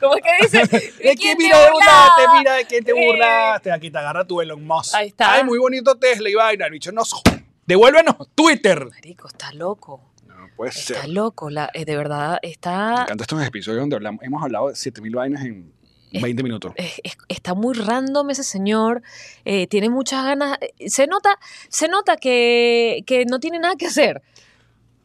S2: ¿Cómo es que dice?
S3: ¿De quién mira te burlaste? Mira, ¿de quién te
S2: Eh.
S3: burlaste? Aquí te agarra tu Elon Musk.
S2: Ahí está.
S3: Ay, muy bonito Tesla y vaina. El bicho no. Devuélvenos Twitter.
S2: Marico, está loco.
S3: No puede ser.
S2: Está loco. La, eh, de verdad,
S3: Me
S2: está.
S3: encantan estos episodios donde hablamos, hemos hablado de 7000 vainas en 20 minutos.
S2: es- es- está muy random ese señor, eh, tiene muchas ganas, eh, se nota, se nota que, que no tiene nada que hacer,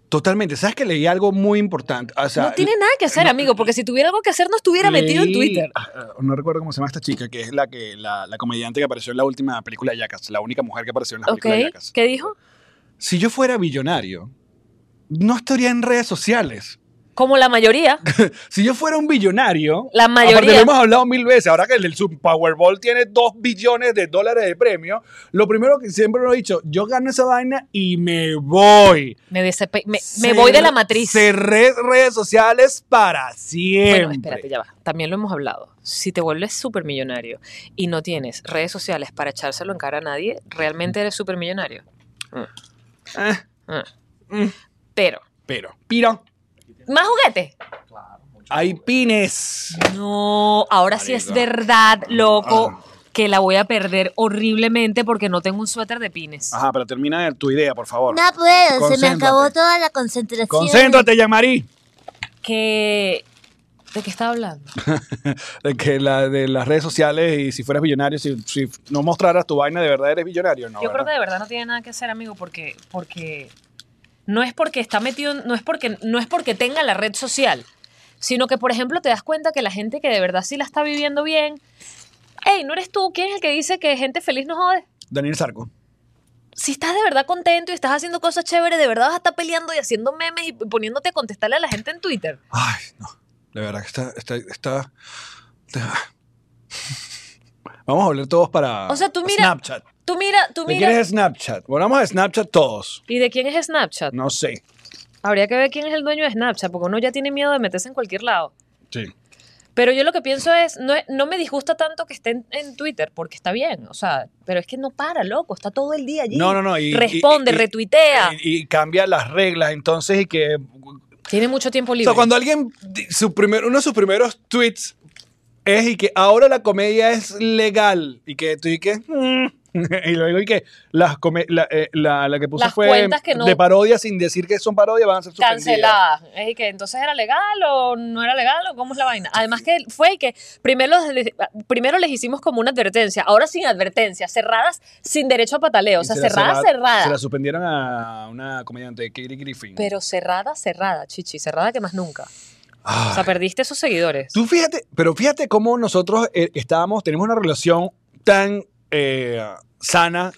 S3: Totalmente. ¿Sabes que leí algo muy importante? O sea,
S2: no tiene nada que hacer, amigo, porque si tuviera algo que hacer no estuviera
S3: leí-
S2: metido en Twitter.
S3: Ah, ah, No recuerdo cómo se llama esta chica, que es la que la, la comediante que apareció en la última película de Jackass, la única mujer que apareció en
S2: ¿Ok?
S3: la Ah, película de Jackass.
S2: ¿Qué dijo?
S3: Si yo fuera billonario, no estaría en redes sociales.
S2: Como la mayoría,
S3: Si yo fuera un billonario,
S2: la
S3: Aparte, lo
S2: mayoría.
S3: hemos hablado mil veces. Ahora que el, el Super Powerball tiene 2 billones de dólares de premio, lo primero que siempre lo he dicho, yo gano esa vaina y me voy.
S2: Me, desape- me, me
S3: Cer-
S2: voy de la matriz.
S3: Cerré redes sociales para siempre.
S2: Bueno, espérate, ya va. También lo hemos hablado. Si te vuelves supermillonario y no tienes redes sociales para echárselo en cara a nadie, realmente eres supermillonario.
S3: Ah,
S2: Mm.
S3: mm,
S2: Pero,
S3: pero, piro,
S2: ¿más juguetes?
S3: hay pines.
S2: No, ahora sí es
S3: Marica.
S2: verdad, loco,
S3: Ah.
S2: que la voy a perder horriblemente porque no tengo un suéter de pines.
S3: Ajá, pero termina tu idea, por favor.
S1: No puedo, se me
S3: Concéntrate.
S1: acabó toda la concentración.
S3: Concéntrate, Yamari.
S2: Que, ¿De qué estaba hablando?
S3: De que la, de las redes sociales y si fueras billonario, si, si no mostraras tu vaina, de verdad eres billonario, ¿no?
S2: Yo creo
S3: verdad?
S2: que de verdad no tiene nada que hacer, amigo, porque, porque no es porque está metido, en- no es porque, no es porque tenga la red social, sino que, por ejemplo, te das cuenta que la gente que de verdad sí la está viviendo bien, hey, ¿no eres tú quién es el que dice que gente feliz no jode?
S3: Daniel Sarco.
S2: si estás de verdad contento y estás haciendo cosas chéveres, de verdad vas a estar peleando y haciendo memes y poniéndote a contestarle a la gente en Twitter.
S3: Ay, no. La verdad que está, está, está. está- Vamos a volver todos para
S2: O sea, tú mira-
S3: Snapchat.
S2: Tú mira, tú
S3: ¿De quién
S2: mira.
S3: es Snapchat? Volvamos a Snapchat todos.
S2: ¿Y de quién es Snapchat?
S3: No sé.
S2: Habría que ver quién es el dueño de Snapchat, porque uno ya tiene miedo de meterse en cualquier lado.
S3: Sí.
S2: Pero yo lo que pienso es, no, no me disgusta tanto que esté en, en Twitter, porque está bien, o sea, pero es que no para, loco, está todo el día allí.
S3: No, no, no. y- y-
S2: Responde,
S3: y- eh, y-
S2: retuitea.
S3: Y, y cambia las reglas, entonces, y que.
S2: tiene mucho tiempo
S3: O
S2: libre.
S3: sea, cuando alguien. Su primer, uno de sus primeros tweets es y que ahora la comedia es legal. Y que tú y que. mm. Y luego y que las come- la, eh, la- la que puso
S2: Las
S3: fue
S2: cuentas que no-
S3: de parodia sin decir que son parodia van a ser suspendidas.
S2: cancelada. Ey, que entonces era legal o no era legal o cómo es la vaina. Además que fue que primero, les- primero les hicimos como una advertencia, ahora sin advertencia, cerradas sin derecho a pataleo, o
S3: Y
S2: sea,
S3: se la
S2: cerrada,
S3: cerra-
S2: cerrada.
S3: Se la suspendieron a una comediante, Katie Griffin.
S2: Pero cerrada, cerrada, chichi, cerrada que más nunca.
S3: Ah,
S2: O sea, perdiste esos seguidores.
S3: tú fíjate, pero fíjate cómo nosotros eh, estábamos, tenemos una relación tan eh, sana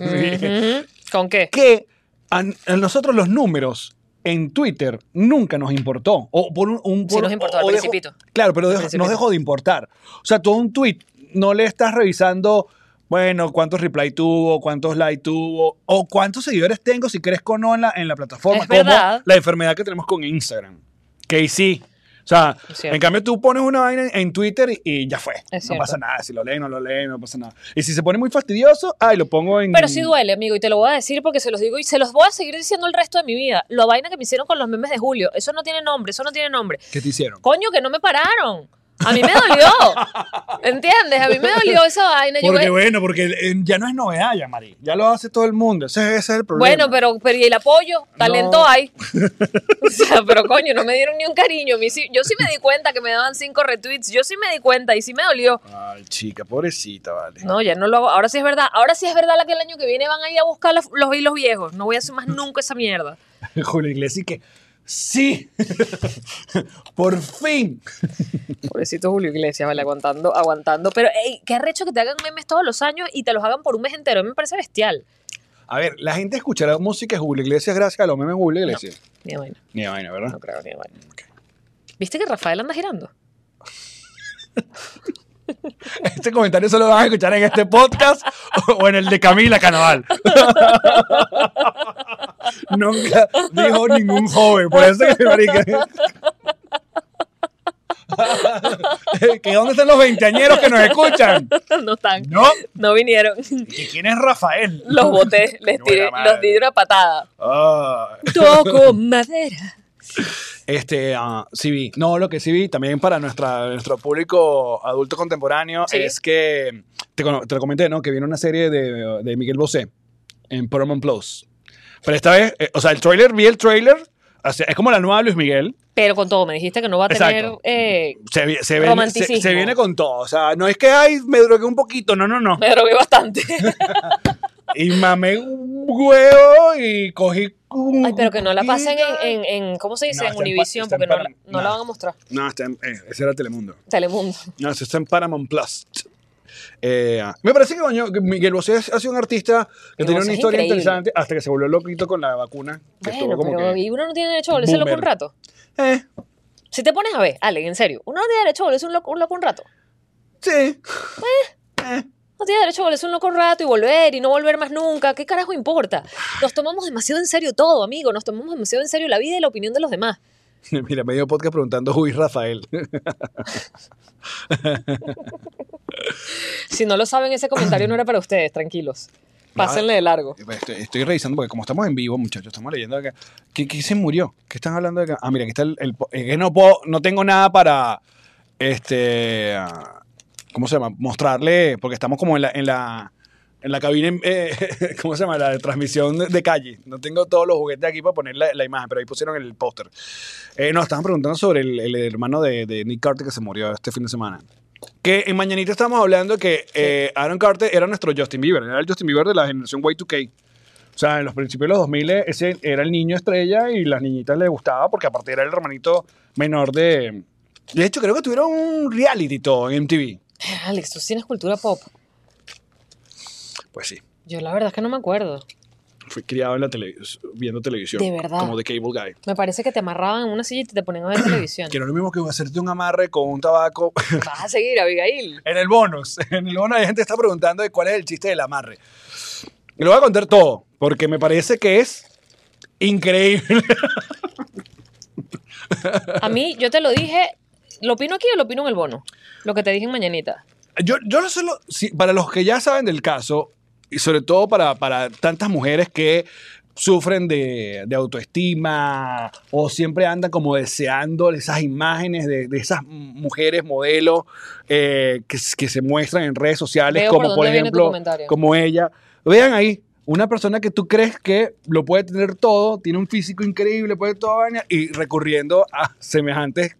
S2: Ujú. ¿Con qué?
S3: que a, a nosotros los números en Twitter nunca nos importó. O por un, un-
S2: Sí
S3: por-
S2: nos importó, al
S3: o dejó-
S2: principito.
S3: claro, pero dejó-
S2: principito.
S3: nos dejó de importar. O sea, todo un tweet no le estás revisando. Bueno, cuántos reply tuvo, cuántos like tuvo, o cuántos seguidores tengo, si crezco o no en la, en la plataforma.
S2: Es verdad.
S3: Como la enfermedad que tenemos con Instagram. Que sí. O sea,
S2: Es cierto.
S3: en cambio tú pones una vaina en, en Twitter y, y ya fue.
S2: Es
S3: No
S2: cierto.
S3: pasa nada. Si lo leen, no lo leen, no pasa nada. Y si se pone muy fastidioso, ay, lo pongo en.
S2: Pero sí duele, amigo, y te lo voy a decir porque se los digo y se los voy a seguir diciendo el resto de mi vida. La vaina que me hicieron con los memes de Julio, eso no tiene nombre, eso no tiene nombre.
S3: ¿Qué te hicieron?
S2: coño, que no me pararon. A mí me dolió. ¿Entiendes? A mí me dolió esa vaina. Yo,
S3: Porque
S2: bueno,
S3: bueno, porque eh, ya no es novedad, ya, Mari. Ya lo hace todo el mundo. Ese, ese es el problema.
S2: pero, pero ¿y el apoyo? Talento
S3: No.
S2: hay. O sea, pero coño, no me dieron ni un cariño. A mí sí- Yo sí me di cuenta que me daban cinco retweets. Yo sí me di cuenta y sí me dolió.
S3: Ay, chica, pobrecita, vale.
S2: No, ya no lo hago. Ahora sí es verdad. Ahora sí es verdad la que el año que viene van a ir a buscar los, los hilos viejos. No voy a hacer más nunca esa mierda.
S3: Julio Iglesias y que sí. Por fin.
S2: Pobrecito Julio Iglesias, vale, aguantando, aguantando. Pero, ey, qué arrecho que te hagan memes todos los años y te los hagan por un mes entero. A mí me parece bestial.
S3: A ver, la gente escuchará música de Julio Iglesias gracias a los memes de Julio Iglesias.
S2: Ni vaina,
S3: Ni vaina, ¿verdad?
S2: no creo, ni vaina. ¿Viste que Rafael anda girando?
S3: Este comentario solo lo van a escuchar en este podcast o en el de Camila Canaval. Nunca dijo ningún joven, por eso que marica. ¿Que dónde están los veinteañeros que nos escuchan?
S2: no están.
S3: No,
S2: No vinieron.
S3: ¿que quién es Rafael?
S2: Los boté, les
S3: Buena
S2: tiré,
S3: madre.
S2: los di una patada.
S3: Ah,
S2: Toco madera.
S3: este, ah, sí vi. No, lo que sí vi también para nuestra, nuestro público adulto contemporáneo
S2: Sí.
S3: es que, te, cono- te lo comenté, ¿no? Que viene una serie de, de Miguel Bosé en Paramount Plus. Pero esta vez, eh, o sea, el trailer, vi el trailer, o sea, es como la nueva Luis Miguel.
S2: Pero con todo, me dijiste que no va a tener.
S3: Exacto.
S2: eh,
S3: Se, vi- se, viene, se- se,
S2: Romanticismo.
S3: viene con todo. O sea, no es que, ay, me drogué un poquito. No, no, no.
S2: me drogué bastante.
S3: Y mamé un huevo y cogí... un-
S2: Ay, pero que no la pasen en, en, en- ¿cómo se dice?
S3: No,
S2: en
S3: está en pa-
S2: Univision,
S3: está en
S2: porque no, la-
S3: Param-
S2: no
S3: no.
S2: la van a mostrar.
S3: No, está en- eh, ese era Telemundo.
S2: Telemundo.
S3: No, eso Ah, está en Paramount Plus. Eh, me parece que, coño, que Miguel Bosé ha sido un artista que
S2: Miguel
S3: tenía
S2: Bosé
S3: una
S2: es
S3: historia
S2: increíble.
S3: interesante hasta que se volvió loquito con la vacuna. Que estuvo
S2: Bueno,
S3: como
S2: pero
S3: que,
S2: y uno no tiene derecho a volverse loco un
S3: Boomer.
S2: rato.
S3: eh,
S2: Si te pones a ver, Ale, en serio, uno no tiene derecho a volverse un loco un, loco un rato.
S3: sí.
S2: No tiene derecho a volverse un loco un rato y volver y no volver más nunca. ¿Qué carajo importa? Nos tomamos demasiado en serio todo, amigo. Nos tomamos demasiado en serio la vida y la opinión de los demás.
S3: Mira, medio podcast preguntando Uy, Rafael.
S2: Si no lo saben, ese comentario no era para ustedes, tranquilos. Pásenle
S3: eh.
S2: de largo.
S3: pues, Estoy, estoy revisando porque como estamos en vivo, muchachos, estamos leyendo acá. ¿Qué, qué se murió? ¿Qué están hablando acá? Ah, mira, aquí está el... el po- eh, que no, puedo, no tengo nada para... Este... ah, ¿Cómo se llama? Mostrarle, porque estamos como en la... En la en la cabina, eh, ¿cómo se llama? La de transmisión de calle. No tengo todos los juguetes aquí para poner la, la imagen, pero ahí pusieron el póster. Eh, nos estaban preguntando sobre el, el hermano de, de Nick Carter que se murió este fin de semana. Que en Mañanita estábamos hablando que eh, Aaron Carter era nuestro Justin Bieber, era el Justin Bieber de la generación Y2K. O sea, en los principios de los 2000 ese era el niño estrella y las niñitas le gustaba porque aparte era el hermanito menor de... De hecho, creo que tuvieron un reality todo en MTV.
S2: Alex, tú tienes cultura pop.
S3: Pues sí,
S2: Yo la verdad es que no me acuerdo.
S3: fui criado en la televisión, viendo televisión.
S2: De verdad.
S3: Como de Cable Guy.
S2: Me parece que te amarraban en una silla y te ponían a ver televisión.
S3: Que no es lo mismo que hacerte un amarre con un tabaco.
S2: Vas a seguir, Abigail.
S3: en el bonus, en el bonus la gente está preguntando de cuál es el chiste del amarre. Y lo voy a contar todo, porque me parece que es increíble.
S2: A mí, yo te lo dije, ¿lo opino aquí o lo opino en el bono? Lo que te dije en mañanita.
S3: Yo, yo no sé, lo- si- para los que ya saben del caso, y sobre todo para, para tantas mujeres que sufren de, de autoestima o siempre andan como deseando esas imágenes de, de esas mujeres modelos eh, que, s- que se muestran en redes sociales,
S2: Veo por
S3: como por,
S2: dónde viene tu
S3: ejemplo,
S2: comentario.
S3: como ella. Vean ahí, una persona que tú crees que lo puede tener todo, tiene un físico increíble, puede todo, vaina, y recurriendo a semejantes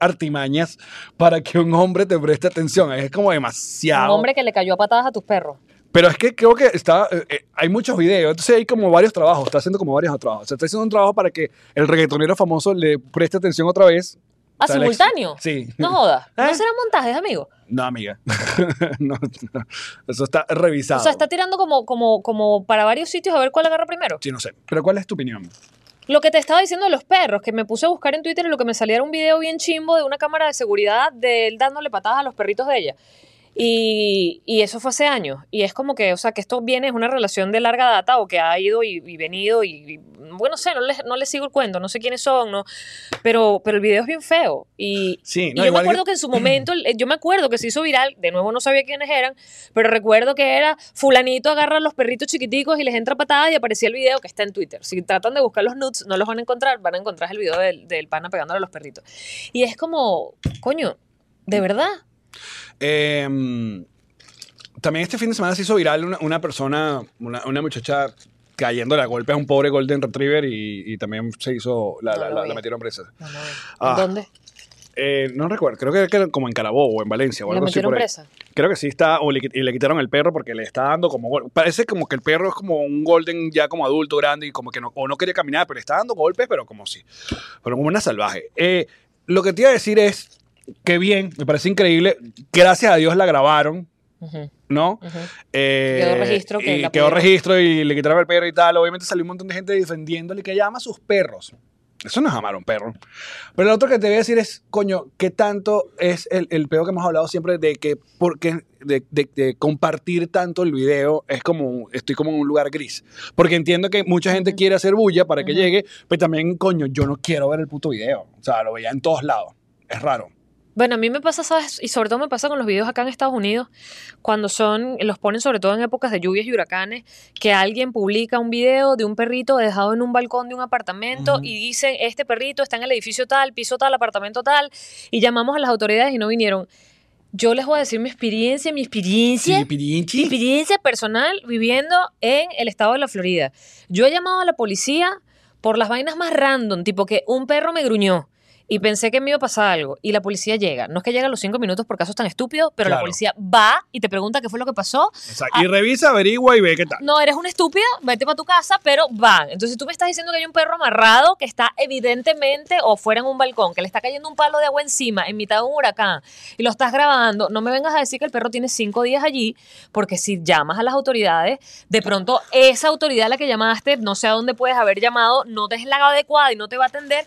S3: artimañas para que un hombre te preste atención. Es como demasiado.
S2: Un hombre que le cayó a patadas a tus perros.
S3: Pero es que creo que está, eh, eh, hay muchos videos, entonces hay como varios trabajos, está haciendo como varios trabajos. O sea, está haciendo un trabajo para que el reggaetonero famoso le preste atención otra vez.
S2: ¿Ah,
S3: O sea, la ex-
S2: simultáneo?
S3: Sí.
S2: No jodas.
S3: ¿Eh?
S2: No serán montajes, amigo.
S3: No, amiga. No, no. Eso está revisado.
S2: O sea, está tirando como, como, como para varios sitios a ver cuál agarra primero.
S3: Sí, no sé. Pero ¿cuál es tu opinión?
S2: Lo que te estaba diciendo de los perros, que me puse a buscar en Twitter y lo que me salía era un video bien chimbo de una cámara de seguridad de él dándole patadas a los perritos de ella. Y, y eso fue hace años. Y es como que, o sea, que esto viene, es una relación de larga data o que ha ido y, y venido y, y, bueno, sé, no les, no les sigo el cuento, no sé quiénes son, no pero, pero el video es bien feo. Y,
S3: Sí,
S2: y
S3: no,
S2: yo me
S3: igual-
S2: acuerdo que en su momento, el- yo me acuerdo que se hizo viral, de nuevo no sabía quiénes eran, pero recuerdo que era fulanito agarra a los perritos chiquiticos y les entra patadas y aparecía el video que está en Twitter. Si tratan de buscar los nudes, no los van a encontrar, van a encontrar el video del, del pana pegándole a los perritos. Y es como, coño, ¿de verdad?
S3: Eh, también este fin de semana se hizo viral una, una persona, una, una muchacha cayéndole a golpe a un pobre Golden Retriever y, y también se hizo, la,
S2: No
S3: la-
S2: lo
S3: la-
S2: vi.
S3: la metieron presa.
S2: No, no,
S3: Ah,
S2: ¿Dónde?
S3: Eh, no recuerdo, creo que era- que era como en Carabobo o en Valencia o
S2: ¿La
S3: algo así
S2: metieron
S3: por ahí.
S2: presa?
S3: Creo que sí está, o le, qui- y le quitaron el perro porque le está dando como gol- Parece como que el perro es como un golden ya como adulto grande y como que no, o no quería caminar, pero le está dando golpes, pero como si, pero como una salvaje. Eh, lo que te iba a decir es que bien, me parece increíble, gracias a Dios la grabaron,
S2: Ujú.
S3: ¿no? Eh,
S2: Quedó registro que
S3: y
S2: la
S3: quedó
S2: pudieron-
S3: registro y le quitaron el perro y tal. Obviamente salió un montón de gente defendiéndole que ella ama a sus perros. Eso no es amar a un perro. Pero lo otro que te voy a decir es, coño, ¿qué tanto es el, el peo que hemos hablado siempre de que porque de, de- de compartir tanto el video es como, estoy como en un lugar gris? Porque entiendo que mucha gente quiere hacer bulla para que llegue, pero también, coño, yo no quiero ver el puto video. O sea, lo veía en todos lados. Es raro.
S2: Bueno, a mí me pasa, ¿sabes? Y sobre todo me pasa con los videos acá en Estados Unidos, cuando son, los ponen sobre todo en épocas de lluvias y huracanes, que alguien publica un video de un perrito dejado en un balcón de un apartamento
S3: Ujú.
S2: y dicen, este perrito está en el edificio tal, piso tal, apartamento tal, y llamamos a las autoridades y no vinieron. Yo les voy a decir mi experiencia, mi experiencia. Mi
S3: pirinchi.
S2: experiencia personal viviendo en el estado de la Florida. Yo he llamado a la policía por las vainas más random, tipo que un perro me gruñó y pensé que me iba a pasar algo y la policía llega. No es que llega a los cinco minutos por casos tan estúpidos, pero la
S3: Claro.
S2: policía va y te pregunta qué fue lo que pasó.
S3: Exacto. Y revisa, averigua y ve qué tal.
S2: No, eres un estúpido, vete para tu casa, pero van. Entonces tú me estás diciendo que hay un perro amarrado que está evidentemente o fuera en un balcón, que le está cayendo un palo de agua encima en mitad de un huracán y lo estás grabando. No me vengas a decir que el perro tiene cinco días allí, porque si llamas a las autoridades, de pronto esa autoridad a la que llamaste, no sé a dónde puedes haber llamado, no te es la adecuada y no te va a atender.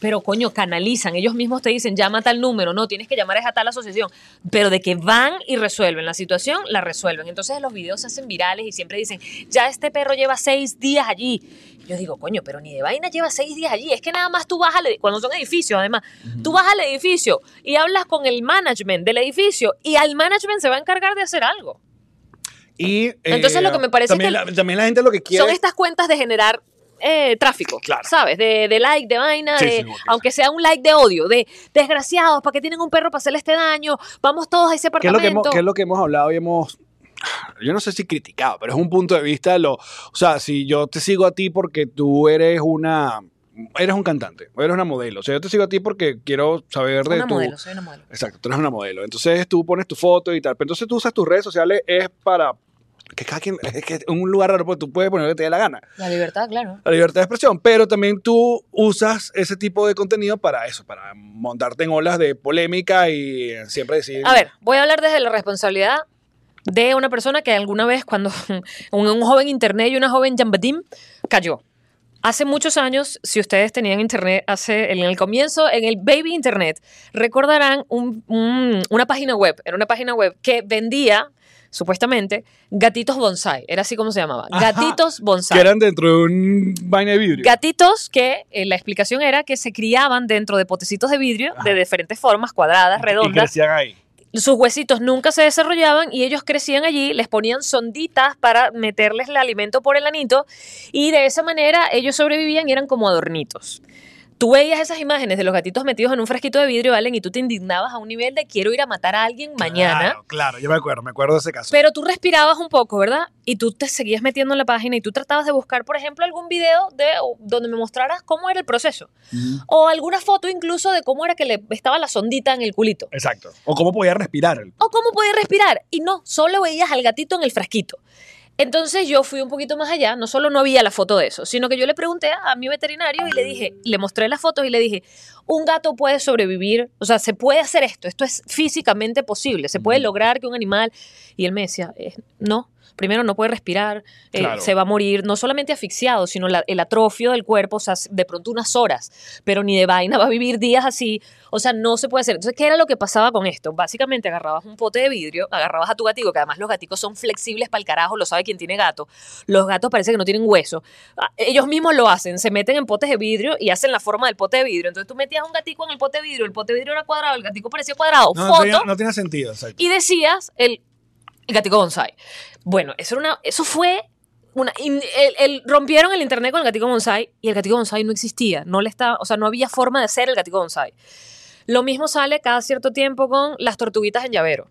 S2: Pero coño, canalizan, ellos mismos te dicen, llama a tal número, no, tienes que llamar es a tal asociación, pero de que van y resuelven la situación, la resuelven. Entonces los videos se hacen virales y siempre dicen, ya este perro lleva seis días allí. Yo digo, coño, pero ni de vaina lleva seis días allí, es que nada más tú vas al edificio, cuando son edificios además, tú vas al edificio y hablas con el management del edificio y al management se va a encargar de hacer algo.
S3: Y, eh,
S2: Entonces, lo que me parece es
S3: también
S2: que
S3: la, también la gente lo que quiere
S2: Son este estas cuentas de generar eh, tráfico,
S3: Claro.
S2: ¿sabes? De, de like, de vaina,
S3: Sí,
S2: de-
S3: sí, porque-
S2: aunque sea un like de odio, de desgraciados, ¿para qué tienen un perro para hacerle este daño? Vamos todos a ese
S3: ¿Qué es, lo que hemos,
S2: apartamento.
S3: qué es lo que hemos hablado y hemos... Yo no sé si criticado, pero es un punto de vista de lo... O sea, si yo te sigo a ti porque tú eres una... Eres un cantante, o eres una modelo. O sea, yo te sigo a ti porque quiero saber de
S2: Una
S3: tu...
S2: modelo, soy una modelo.
S3: Exacto, tú eres una modelo. Entonces tú pones tu foto y tal. Pero entonces tú usas tus redes sociales es para... Que cada quien... Es que es un lugar raro porque tú puedes poner lo que te dé la gana.
S2: La libertad, claro.
S3: La libertad de expresión. Pero también tú usas ese tipo de contenido para eso. Para montarte en olas de polémica y siempre decir...
S2: A ver, voy a hablar desde la responsabilidad de una persona que alguna vez, cuando un, un joven internet y una joven Jambadim cayó. Hace muchos años, si ustedes tenían internet, hace, en el comienzo, en el baby internet, recordarán un- un- una página web, era una página web que vendía, supuestamente, gatitos bonsai, era así como se llamaba,
S3: Ajá.
S2: gatitos bonsai.
S3: Que eran dentro de un vaina de vidrio.
S2: Gatitos que eh, la explicación era que se criaban dentro de potecitos de vidrio de diferentes formas, cuadradas,
S3: Y
S2: redondas,
S3: crecían ahí.
S2: sus huesitos nunca se desarrollaban y ellos crecían allí, les ponían sonditas para meterles el alimento por el anito y de esa manera ellos sobrevivían y eran como adornitos. Tú veías esas imágenes de los gatitos metidos en un frasquito de vidrio, Valen, y tú te indignabas a un nivel de quiero ir a matar a alguien mañana.
S3: Claro, claro, yo me acuerdo, me acuerdo de ese caso.
S2: Pero tú respirabas un poco, ¿verdad? Y tú te seguías metiendo en la página y tú tratabas de buscar, por ejemplo, algún video de, o donde me mostraras cómo era el proceso. O alguna foto incluso de cómo era que le estaba la sondita en el culito.
S3: Exacto. O cómo podía respirar.
S2: o cómo podía respirar. Y no, solo veías al gatito en el frasquito. Entonces yo fui un poquito más allá, no solo no había la foto de eso, sino que yo le pregunté a mi veterinario y le dije, le mostré las fotos y le dije, un gato puede sobrevivir, o sea, se puede hacer esto, esto es físicamente posible, se puede lograr que un animal... Y él me decía, eh, no, primero no puede respirar, eh,
S3: Claro.
S2: se va a morir, no solamente asfixiado, sino la- el atrofio del cuerpo, o sea, de pronto unas horas, pero ni de vaina va a vivir días así, o sea, no se puede hacer. Entonces, ¿qué era lo que pasaba con esto? Básicamente agarrabas un pote de vidrio, agarrabas a tu gatico, que además los gaticos son flexibles para el carajo, lo sabe quien tiene gato. Los gatos parece que no tienen hueso. Ah, Ellos mismos lo hacen, se meten en potes de vidrio y hacen la forma del pote de vidrio. Entonces tú metías un gatico en el pote de vidrio, el pote de vidrio era cuadrado, el gatico parecía cuadrado, foto,
S3: tiene sentido. exacto.
S2: y decías el, el gatico bonsai. Bueno, eso, era una, eso fue... Una, in- el- el- rompieron el internet con el gatico bonsai y el gatico bonsai no existía. No le estaba, o sea, no había forma de hacer el gatico bonsai. Lo mismo sale cada cierto tiempo con las tortuguitas en llavero,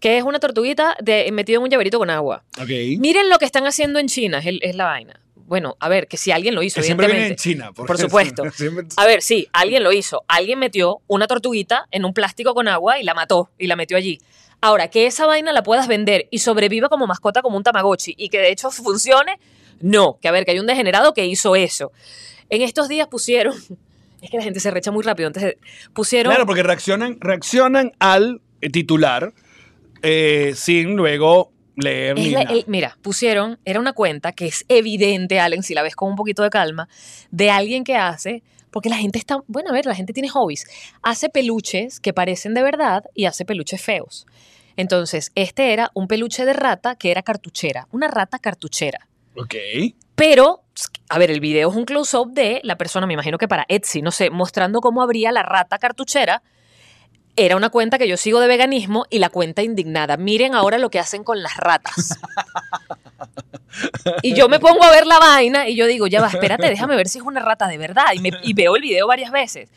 S2: que es una tortuguita de, metida en un llaverito con agua.
S3: Ok.
S2: Miren lo que están haciendo en China, es, el- es la vaina. Bueno, a ver, que si alguien lo hizo,
S3: Que siempre viene en
S2: evidentemente.
S3: China.
S2: Por supuesto.
S3: siempre-
S2: A ver, sí, alguien lo hizo. Alguien metió una tortuguita en un plástico con agua y la mató y la metió allí. Ahora, que esa vaina la puedas vender y sobreviva como mascota, como un tamagotchi, y que de hecho funcione, no. Que a ver, que hay un degenerado que hizo eso. En estos días pusieron. Es que la gente se recha muy rápido. Antes de- pusieron.
S3: Claro, porque reaccionan, reaccionan al eh, titular eh, sin luego leer
S2: Es
S3: ni
S2: la-
S3: nada.
S2: el- mira, pusieron, era una cuenta que es evidente, Allen, si la ves con un poquito de calma, de alguien que hace, porque la gente está, bueno, a ver, la gente tiene hobbies, hace peluches que parecen de verdad y hace peluches feos. Entonces, este era un peluche de rata que era cartuchera, una rata cartuchera.
S3: Ok.
S2: Pero, a ver, el video es un close-up de la persona, me imagino que para Etsy, no sé, mostrando cómo abría la rata cartuchera. Era una cuenta que yo sigo de veganismo y la cuenta indignada. Miren ahora lo que hacen con las ratas. Y yo me pongo a ver la vaina y yo digo, ya va, espérate, déjame ver si es una rata de verdad. Y, me- y veo el video varias veces.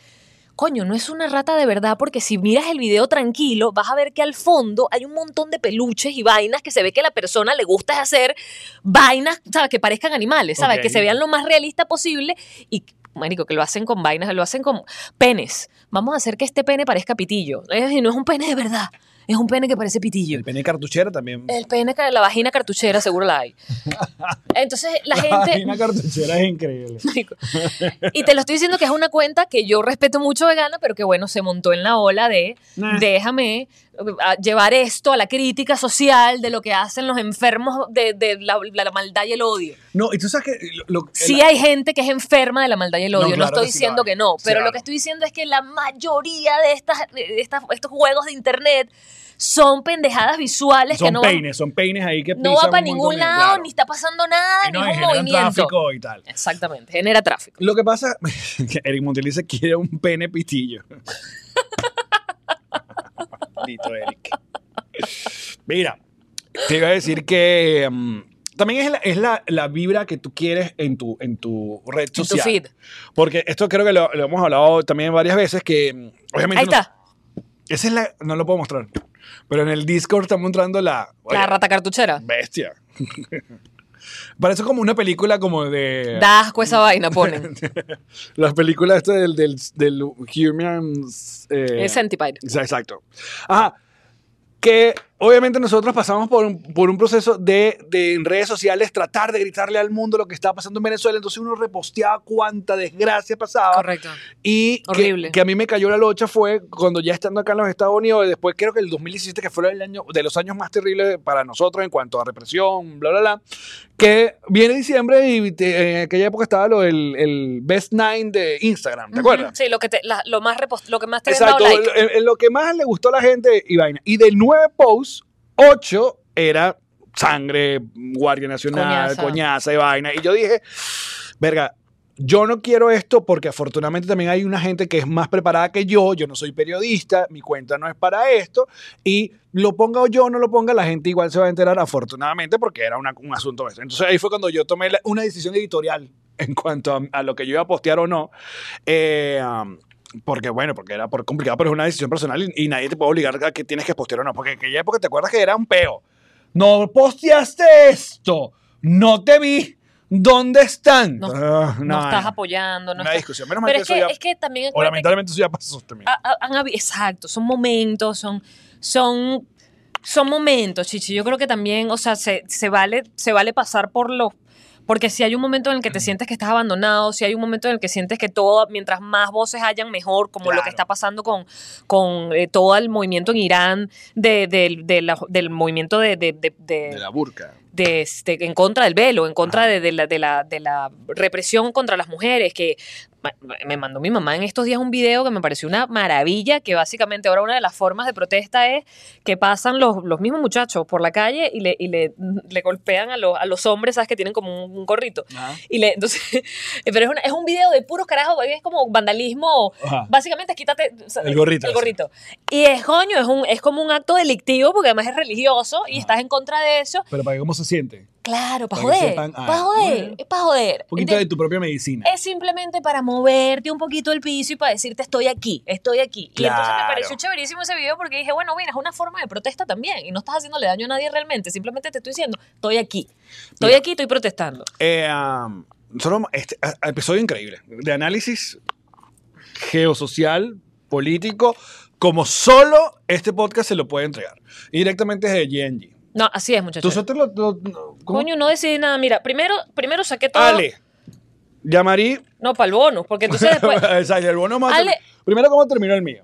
S2: Coño, no es una rata de verdad porque si miras el video tranquilo, vas a ver que al fondo hay un montón de peluches y vainas que se ve que a la persona le gusta hacer vainas, ¿sabes? Que parezcan animales, ¿sabes?
S3: Ok.
S2: Que se vean lo más realista posible y, marico, que lo hacen con vainas, lo hacen con penes. Vamos a hacer que este pene parezca pitillo. Eh, Y no es un pene de verdad, es un pene que parece pitillo.
S3: El pene cartuchera también.
S2: El pene, ca- la vagina cartuchera, seguro la hay. Entonces la, gente...
S3: Una cartuchera es increíble.
S2: Marico. Y te lo estoy diciendo que es una cuenta que yo respeto mucho vegana, pero que bueno, se montó en la ola de
S3: Nah.
S2: déjame eh, a- llevar esto a la crítica social de lo que hacen los enfermos de, de la, la- la maldad y el odio.
S3: No, y tú sabes que lo, lo-
S2: Sí hay gente que es enferma de la maldad y el
S3: No,
S2: odio, no,
S3: claro
S2: estoy
S3: que sí
S2: diciendo
S3: lo hay.
S2: que no,
S3: Sí,
S2: pero
S3: claro.
S2: lo que estoy diciendo es que la mayoría de, estas, de estas- estos juegos de internet son pendejadas visuales que
S3: son
S2: no van,
S3: peines, son peines ahí que
S2: no
S3: pisan
S2: va para
S3: un
S2: ningún
S3: montón de-
S2: lado,
S3: claro.
S2: ni está pasando nada,
S3: Y
S2: ni
S3: no, y
S2: es un
S3: generan
S2: movimiento.
S3: tráfico y tal.
S2: Exactamente, genera tráfico.
S3: Lo que pasa que Eric Montiel dice quiere un pene pitillo. Listo, Eric. Mira, te iba a decir que mm, también es, la, es la, la vibra que tú quieres en tu, en tu red
S2: En
S3: social.
S2: tu feed.
S3: Porque esto creo que lo, lo hemos hablado también varias veces que mm, obviamente
S2: Ahí
S3: no-
S2: está,
S3: esa es la no lo puedo mostrar. Pero en el Discord estamos mostrando la oye,
S2: la rata cartuchera.
S3: bestia. Parece como una película como de
S2: Da asco esa vaina, ponen.
S3: las películas esta del, del, del Humans. eh,
S2: El centipede.
S3: exa- exacto. Ajá. Que obviamente nosotros pasamos por un, por un proceso de, de en redes sociales tratar de gritarle al mundo lo que estaba pasando en Venezuela. Entonces uno reposteaba cuánta desgracia pasaba.
S2: Correcto.
S3: Y que-
S2: Horrible.
S3: Que, a mí me cayó la locha fue cuando ya estando acá en los Estados Unidos, y después creo que el 2017, que fue el año de los años más terribles para nosotros en cuanto a represión, bla, bla, bla, que viene diciembre y te- en aquella época estaba lo del el Best Nine de Instagram, ¿te acuerdas?
S2: Ujú, Sí, lo que, te, la- lo, más repost- lo que más te habían dado
S3: Exacto,
S2: like.
S3: en, en lo que más le gustó a la gente y vaina. Y de nueve posts, ocho era sangre, Guardia Nacional,
S2: Coñaza.
S3: coñaza. y vaina. Y yo dije, verga, yo no quiero esto porque afortunadamente también hay una gente que es más preparada que yo, yo no soy periodista, mi cuenta no es para esto, y lo ponga o yo no lo ponga, la gente igual se va a enterar afortunadamente porque era una- un asunto de eso. Entonces ahí fue cuando yo tomé la- una decisión editorial en cuanto a, a lo que yo iba a postear o no. Eh, um, porque bueno, porque era por complicado, pero es una decisión personal y, y nadie te puede obligar a que tienes que postear o no. Porque en aquella época te acuerdas que era un peo. No posteaste esto, no te vi, ¿dónde están?
S2: No-
S3: Ah,
S2: No,
S3: no,
S2: estás
S3: no.
S2: apoyando. No
S3: una
S2: estás-
S3: discusión. Menos mal
S2: Pero
S3: que
S2: es
S3: eso
S2: que,
S3: ya.
S2: es que también.
S3: o
S2: acuérdate que- Ah.
S3: lamentablemente eso ya pasó este, también.
S2: ha- ha- han habi- Exacto, son momentos, son. son son momentos, Chichi. Yo creo que también, o sea, se, se vale, se vale pasar por los. Porque si hay un momento en el que te sientes que estás abandonado, si hay un momento en el que sientes que todo, mientras más voces hayan, mejor, como lo
S3: Claro.
S2: que está pasando con, con eh, todo el movimiento en Irán, de, del- de la- del movimiento de, de- de- de-
S3: De la burca.
S2: de, este, en contra del velo, en contra de, de la, de, la, de la represión contra las mujeres, que ma- me mandó mi mamá en estos días un video que me pareció una maravilla, que básicamente ahora una de las formas de protesta es que pasan los, los mismos muchachos por la calle y le, y le, le golpean a los, a los hombres, ¿sabes? Que tienen como un, un gorrito. Y le, entonces, pero es, una- es un video de puros carajos, es como vandalismo
S3: Ajá.
S2: Básicamente, quítate o sea,
S3: El gorrito
S2: El
S3: ese.
S2: gorrito. Y es coño, es, un, es como un acto delictivo porque además es religioso y estás en contra de eso.
S3: Pero para que cómo se siente.
S2: Claro, para
S3: Para que
S2: joder.
S3: sepan, ah,
S2: Para joder.
S3: bueno.
S2: Es para joder.
S3: Un poquito
S2: De-
S3: de tu propia medicina.
S2: Es simplemente para moverte un poquito el piso y para decirte estoy aquí, estoy aquí. Y entonces me
S3: Claro.
S2: pareció chéverísimo ese video porque dije, bueno, mira, es una forma de protesta también y no estás haciéndole daño a nadie realmente, simplemente te estoy diciendo, estoy aquí. Estoy
S3: Mira.
S2: aquí, estoy protestando.
S3: Eh, um, nosotros, este a- a- episodio increíble de análisis geosocial, político, como solo este podcast se lo puede entregar. Y directamente desde GNG.
S2: No, así es, muchachos.
S3: Nosotros lo. lo- lo- ¿cómo?
S2: Coño, no decidí nada. Mira, primero, primero saqué todo.
S3: Ale, llamarí.
S2: No, para el bonus, porque entonces después.
S3: Exacto, el bono más-
S2: Ale.
S3: Primero, ¿cómo terminó el mío?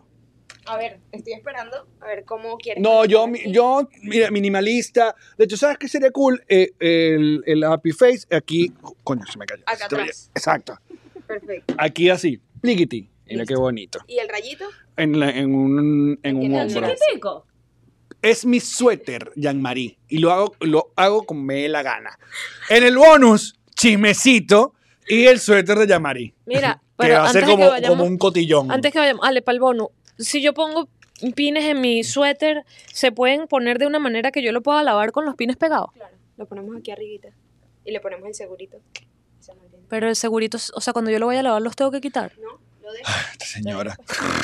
S5: A ver, estoy esperando a ver cómo quieres.
S3: No,
S5: que-
S3: yo, mi- yo, mira, minimalista. De hecho, ¿sabes qué sería cool? Eh, el, el happy face, aquí, coño, se me cayó.
S5: Acá
S3: Estoy-
S5: atrás.
S3: Exacto.
S5: Perfecto.
S3: Aquí así, pliquiti. Mira qué
S5: Listo.
S3: bonito.
S5: ¿Y el rayito?
S3: En, la- en un, en un
S5: Aquí en el
S3: hombro.
S5: brazo.
S2: Chiquitico.
S3: Es mi suéter, Jean-Marie. Y lo hago, lo hago como me dé la gana. En el bonus, chismecito y el suéter de Jean-Marie.
S2: Mira,
S3: que
S2: pero
S3: va a
S2: antes
S3: ser
S2: de
S3: como,
S2: que vayamos,
S3: como un cotillón.
S2: antes que vayamos, Ale, para el bono, si yo pongo pines en mi suéter, ¿se pueden poner de una manera que yo lo pueda lavar con los pines pegados?
S5: Claro. Lo ponemos aquí arribita. Y le ponemos el segurito. Se me olvidó.
S2: Pero el segurito, o sea, cuando yo lo vaya a lavar, los tengo que quitar.
S5: No, lo dejo.
S3: Esta señora.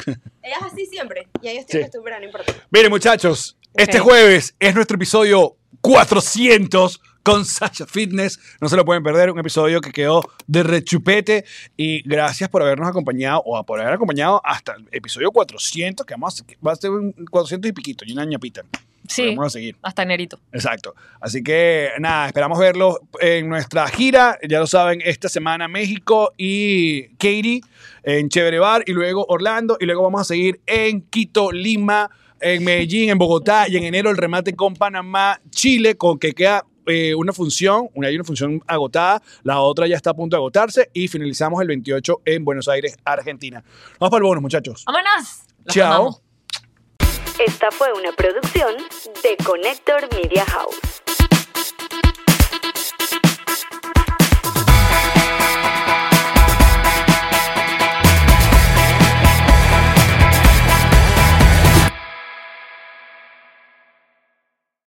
S5: Ella es así siempre. Y ahí estoy
S3: Sí.
S5: acostumbrada, no importa.
S3: Miren, muchachos, este
S2: Ok.
S3: jueves es nuestro episodio 400 con Sasha Fitness. No se lo pueden perder, un episodio que quedó de rechupete. Y gracias por habernos acompañado o por haber acompañado hasta el episodio 400, que vamos a, que va a ser un 400 y piquito y una ñapita.
S2: Sí,
S3: Vamos a seguir.
S2: hasta enerito.
S3: Exacto. Así que nada, esperamos verlos en nuestra gira. Ya lo saben, esta semana México y Katy en Chévere Bar y luego Orlando y luego vamos a seguir en Quito, Lima, en Medellín, en Bogotá y en enero el remate con Panamá, Chile, con que queda eh, una función, una, hay una función agotada, la otra ya está a punto de agotarse y finalizamos el 28 en Buenos Aires, Argentina. Vamos para el bonus, muchachos.
S2: ¡Vámonos! Los
S3: Chao.
S2: amamos.
S6: Esta fue una producción de Connector Media House.